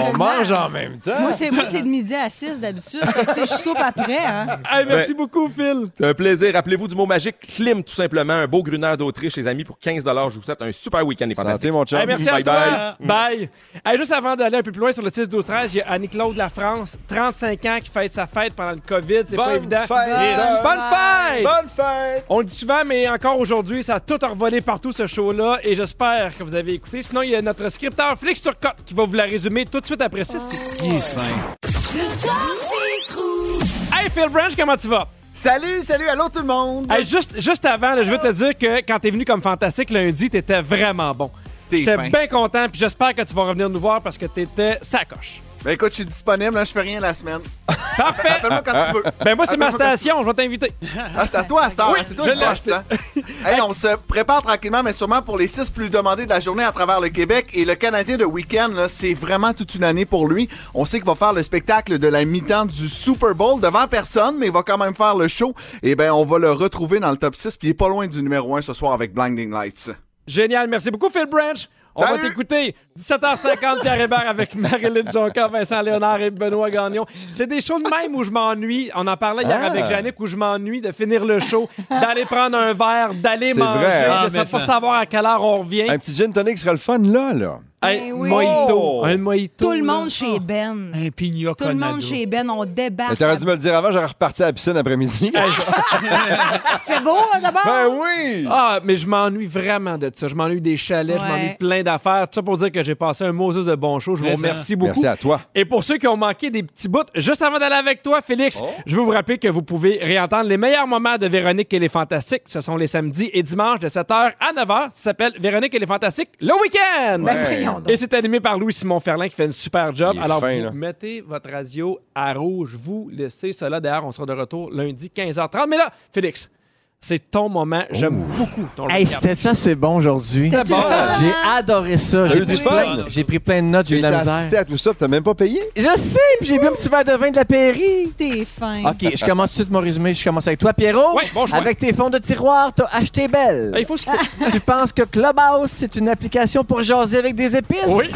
S4: On mange en même temps.
S3: Ah, Moi, c'est moi, c'est de midi à 6 d'habitude. Fait que, tu sais, je soupe après. Hein.
S1: Hey, merci beaucoup, Phil.
S9: C'est un plaisir. Rappelez-vous du mot magique Klim, tout simplement. Un beau gruneur d'Autriche, les amis, pour 15 Je vous souhaite un super week-end. les fantastiques.
S4: Santé, mon chum.
S1: Hey, merci à
S9: Bye
S1: toi. Bye. Hey, juste avant d'aller un peu plus loin sur le 6 12 13, il y a Annie-Claude La France, 35 ans, qui fête sa fête pendant le COVID. C'est pas
S4: Bonne
S1: évident.
S4: fête, euh,
S1: Bonne fête!
S4: Bonne fête!
S1: On le dit souvent, mais encore aujourd'hui, ça a tout envolé partout ce show-là et j'espère que vous avez écouté. Sinon, il y a notre scripteur Félix Turcotte qui va vous la résumer tout de suite après ça.
S10: Ah.
S1: C'est-
S8: Le Tortis Rouge.
S1: Hey Phil Branch, comment tu vas?
S10: Salut, salut, allô tout le monde!
S1: Hey, juste, juste avant, là, je veux te dire que quand t'es venu comme fantastique lundi, t'étais vraiment bon.
S10: T'es
S1: J'étais
S10: fin.
S1: bien content, puis j'espère que tu vas revenir nous voir parce que t'étais sacoche.
S10: Ben écoute, je suis disponible, là, je fais rien la semaine.
S1: Parfait!
S10: Appelle-moi quand tu veux.
S1: Ben moi, c'est ma
S10: Appelle-moi
S1: station, je vais t'inviter.
S10: quand- Ah, c'est à toi, Star,
S1: Oui,
S10: c'est toi
S1: je
S10: le boss,
S1: l'ai
S10: hein? Hey, on se prépare tranquillement, mais sûrement pour les six plus demandés de la journée à travers le Québec. Et le Canadien de week-end, là, c'est vraiment toute une année pour lui. On sait qu'il va faire le spectacle de la mi-temps du Super Bowl devant personne, mais il va quand même faire le show. Et ben, on va le retrouver dans le top 6, puis il est pas loin du numéro 1 ce soir avec Blinding Lights.
S1: Génial, merci beaucoup Phil Branch. On va
S10: Salut.
S1: t'écouter 17h50 Pierre Hébert avec Marilyn Jonca, Vincent Léonard et Benoît Gagnon. C'est des shows de même où je m'ennuie. On en parlait hier
S4: Ah.
S1: avec Yannick où je m'ennuie de finir le show, d'aller prendre un verre, d'aller
S4: C'est
S1: manger,
S4: vrai,
S2: hein?
S1: de
S2: Ah, mais
S1: ne pas
S2: ça-
S1: savoir à quelle heure on revient.
S4: Un petit Oh. gin tonic serait le fun, là, là.
S1: Un
S3: Ben oui.
S1: mojito. Un mojito.
S3: Tout le
S1: là.
S3: monde chez Ben.
S2: Un pignon
S3: Tout le monde chez Ben, on débarque.
S4: Mais T'aurais dû me le dire avant, j'aurais reparti à la piscine après-midi.
S3: Fait beau, hein, d'abord?
S4: ben oui!
S1: Ah, mais je m'ennuie vraiment de ça. Je m'ennuie des chalets, je
S3: Ouais.
S1: m'ennuie de plein d'affaires. Tout ça pour dire que j'ai passé un Moses de bon show. Je vous
S2: Mais
S1: remercie beaucoup.
S4: Merci à toi.
S1: Et pour ceux qui ont manqué des petits bouts, juste avant d'aller avec toi, Félix,
S4: Oh.
S1: je veux vous rappeler que vous pouvez réentendre les meilleurs moments de Véronique et les Fantastiques. Ce sont les samedis et dimanches de 7h à 9h. Ça s'appelle Véronique et les Fantastiques le week-end.
S3: Ben voyons donc.
S1: Et c'est animé par Louis-Simon Ferland qui fait une super job.
S4: Il est
S1: Alors,
S4: fin,
S1: vous
S4: là.
S1: mettez votre radio à rouge. Vous laissez cela derrière. On sera de retour lundi 15h30. Mais là, Félix, c'est ton moment. J'aime beaucoup ton
S11: Hey,
S1: jeu de
S11: c'était ça, c'est bon aujourd'hui.
S1: cartes. bon.
S11: J'ai adoré ça.
S4: T'as eu du
S11: J'ai pris,
S4: fun?
S11: plein- j'ai pris plein de notes, j'ai eu
S4: J'ai
S11: de la misère.
S4: assisté à tout ça, puis t'as même pas payé?
S11: Je sais, puis j'ai bu un petit verre de vin de la Pairie.
S3: T'es fin.
S11: OK, je commence tout de suite mon résumé. Je commence avec toi, Pierrot.
S1: Ouais, bon choix.
S11: Avec tes fonds de tiroir, t'as acheté belle.
S1: Ah, Il faut ce qu'il faut.
S11: Tu penses que Clubhouse, c'est une application pour jaser avec des épices?
S1: Oui.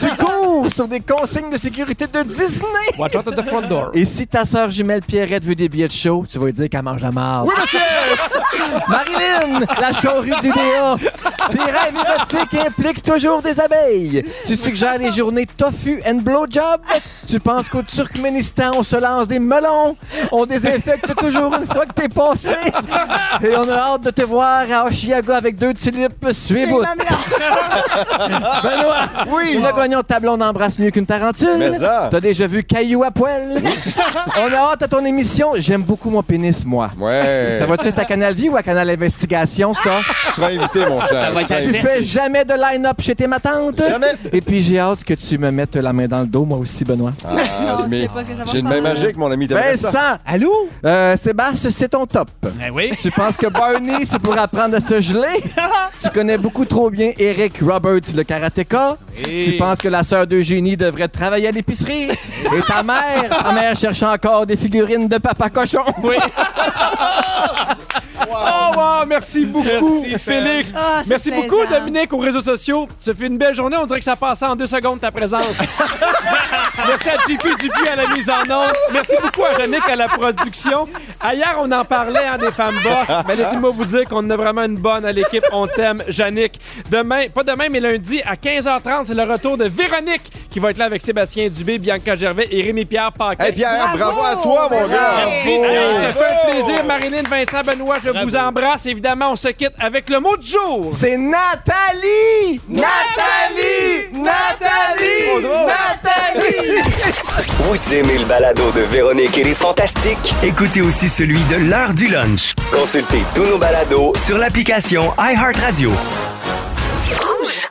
S11: tu cours sur des consignes de sécurité de Disney.
S1: Watch out at the front door.
S11: Et si ta sœur jumelle Pierrette veut des billets de show, tu vas lui dire qu'elle mange la marde. Oui, monsieur! Marilyn, la showrue du DA. Tes rêves érotiques impliquent toujours des abeilles. Tu suggères les journées tofu and blowjob. Tu penses qu'au Turkménistan, on se lance des melons. On désinfecte toujours une fois que t'es passé. Et on a hâte de te voir à Oshiaga avec deux tulipes. Suivez-vous. Benoît, oui. le gagnant de ta on embrasse mieux qu'une tarentule.
S4: Mais ça.
S11: T'as déjà vu Caillou à poil. On a hâte à ton émission. J'aime beaucoup mon pénis, moi.
S4: Ouais.
S11: Ça va-tu être à Canal Vie ou à Canal Investigation, ça?
S4: Tu seras invité, mon cher.
S2: Ça va être
S4: Tu seras
S2: à
S11: tu
S4: invité.
S2: Merci.
S11: fais jamais de line-up chez tes matantes?
S4: Jamais.
S11: Et puis j'ai hâte que tu me mettes la main dans le dos, moi aussi, Benoît.
S4: Ah,
S3: Non, je
S4: mais
S3: sais pas ce que ça va
S4: J'ai le
S3: faire.
S4: même magique, mon ami. t'aimerais ça.
S11: Vincent! Allô? Euh, Sébastien, c'est ton top.
S2: Ben oui.
S11: Tu penses que Barney, c'est pour apprendre à se geler? tu connais beaucoup trop bien Eric Roberts, le karatéka.
S2: Et-
S11: Tu penses que la sœur d'Eugénie devrait travailler à l'épicerie? Et ta mère, ta mère cherche encore des figurines de papa cochon.
S1: Oh, wow, merci beaucoup,
S2: Merci,
S1: Félix.
S3: Ah, c'est
S1: merci
S3: plaisant.
S1: beaucoup, Dominique, aux réseaux sociaux. Ça fait une belle journée. On dirait que ça passait en deux secondes, ta présence. merci à JP Dupuis à la mise en onde. Merci beaucoup à Yannick à la production. Ailleurs, on en parlait hein, des femmes boss. Mais laissez-moi vous dire qu'on a vraiment une bonne à l'équipe. On t'aime, Yannick. Demain, pas demain, mais lundi, à 15h30, c'est le retour de Véronique qui va être là avec Sébastien Dubé, Bianca Gervais et Rémi-Pierre Paquet.
S4: Hey Pierre, bravo,
S3: Bravo!
S4: à toi, mon
S3: Bravo!
S4: gars!
S2: Merci.
S1: Hey, ça
S2: Bravo!
S1: fait un plaisir, Marilyn, Vincent, Benoît. Je vous embrasse. Évidemment, on se quitte avec le mot du jour.
S11: C'est Nathalie! Nathalie! Nathalie! Nathalie!
S7: Vous aimez le balado de Véronique et les Fantastiques?
S6: Écoutez aussi celui de l'heure du lunch
S7: Consultez tous nos balados
S6: sur l'application iHeartRadio.
S8: Rouge.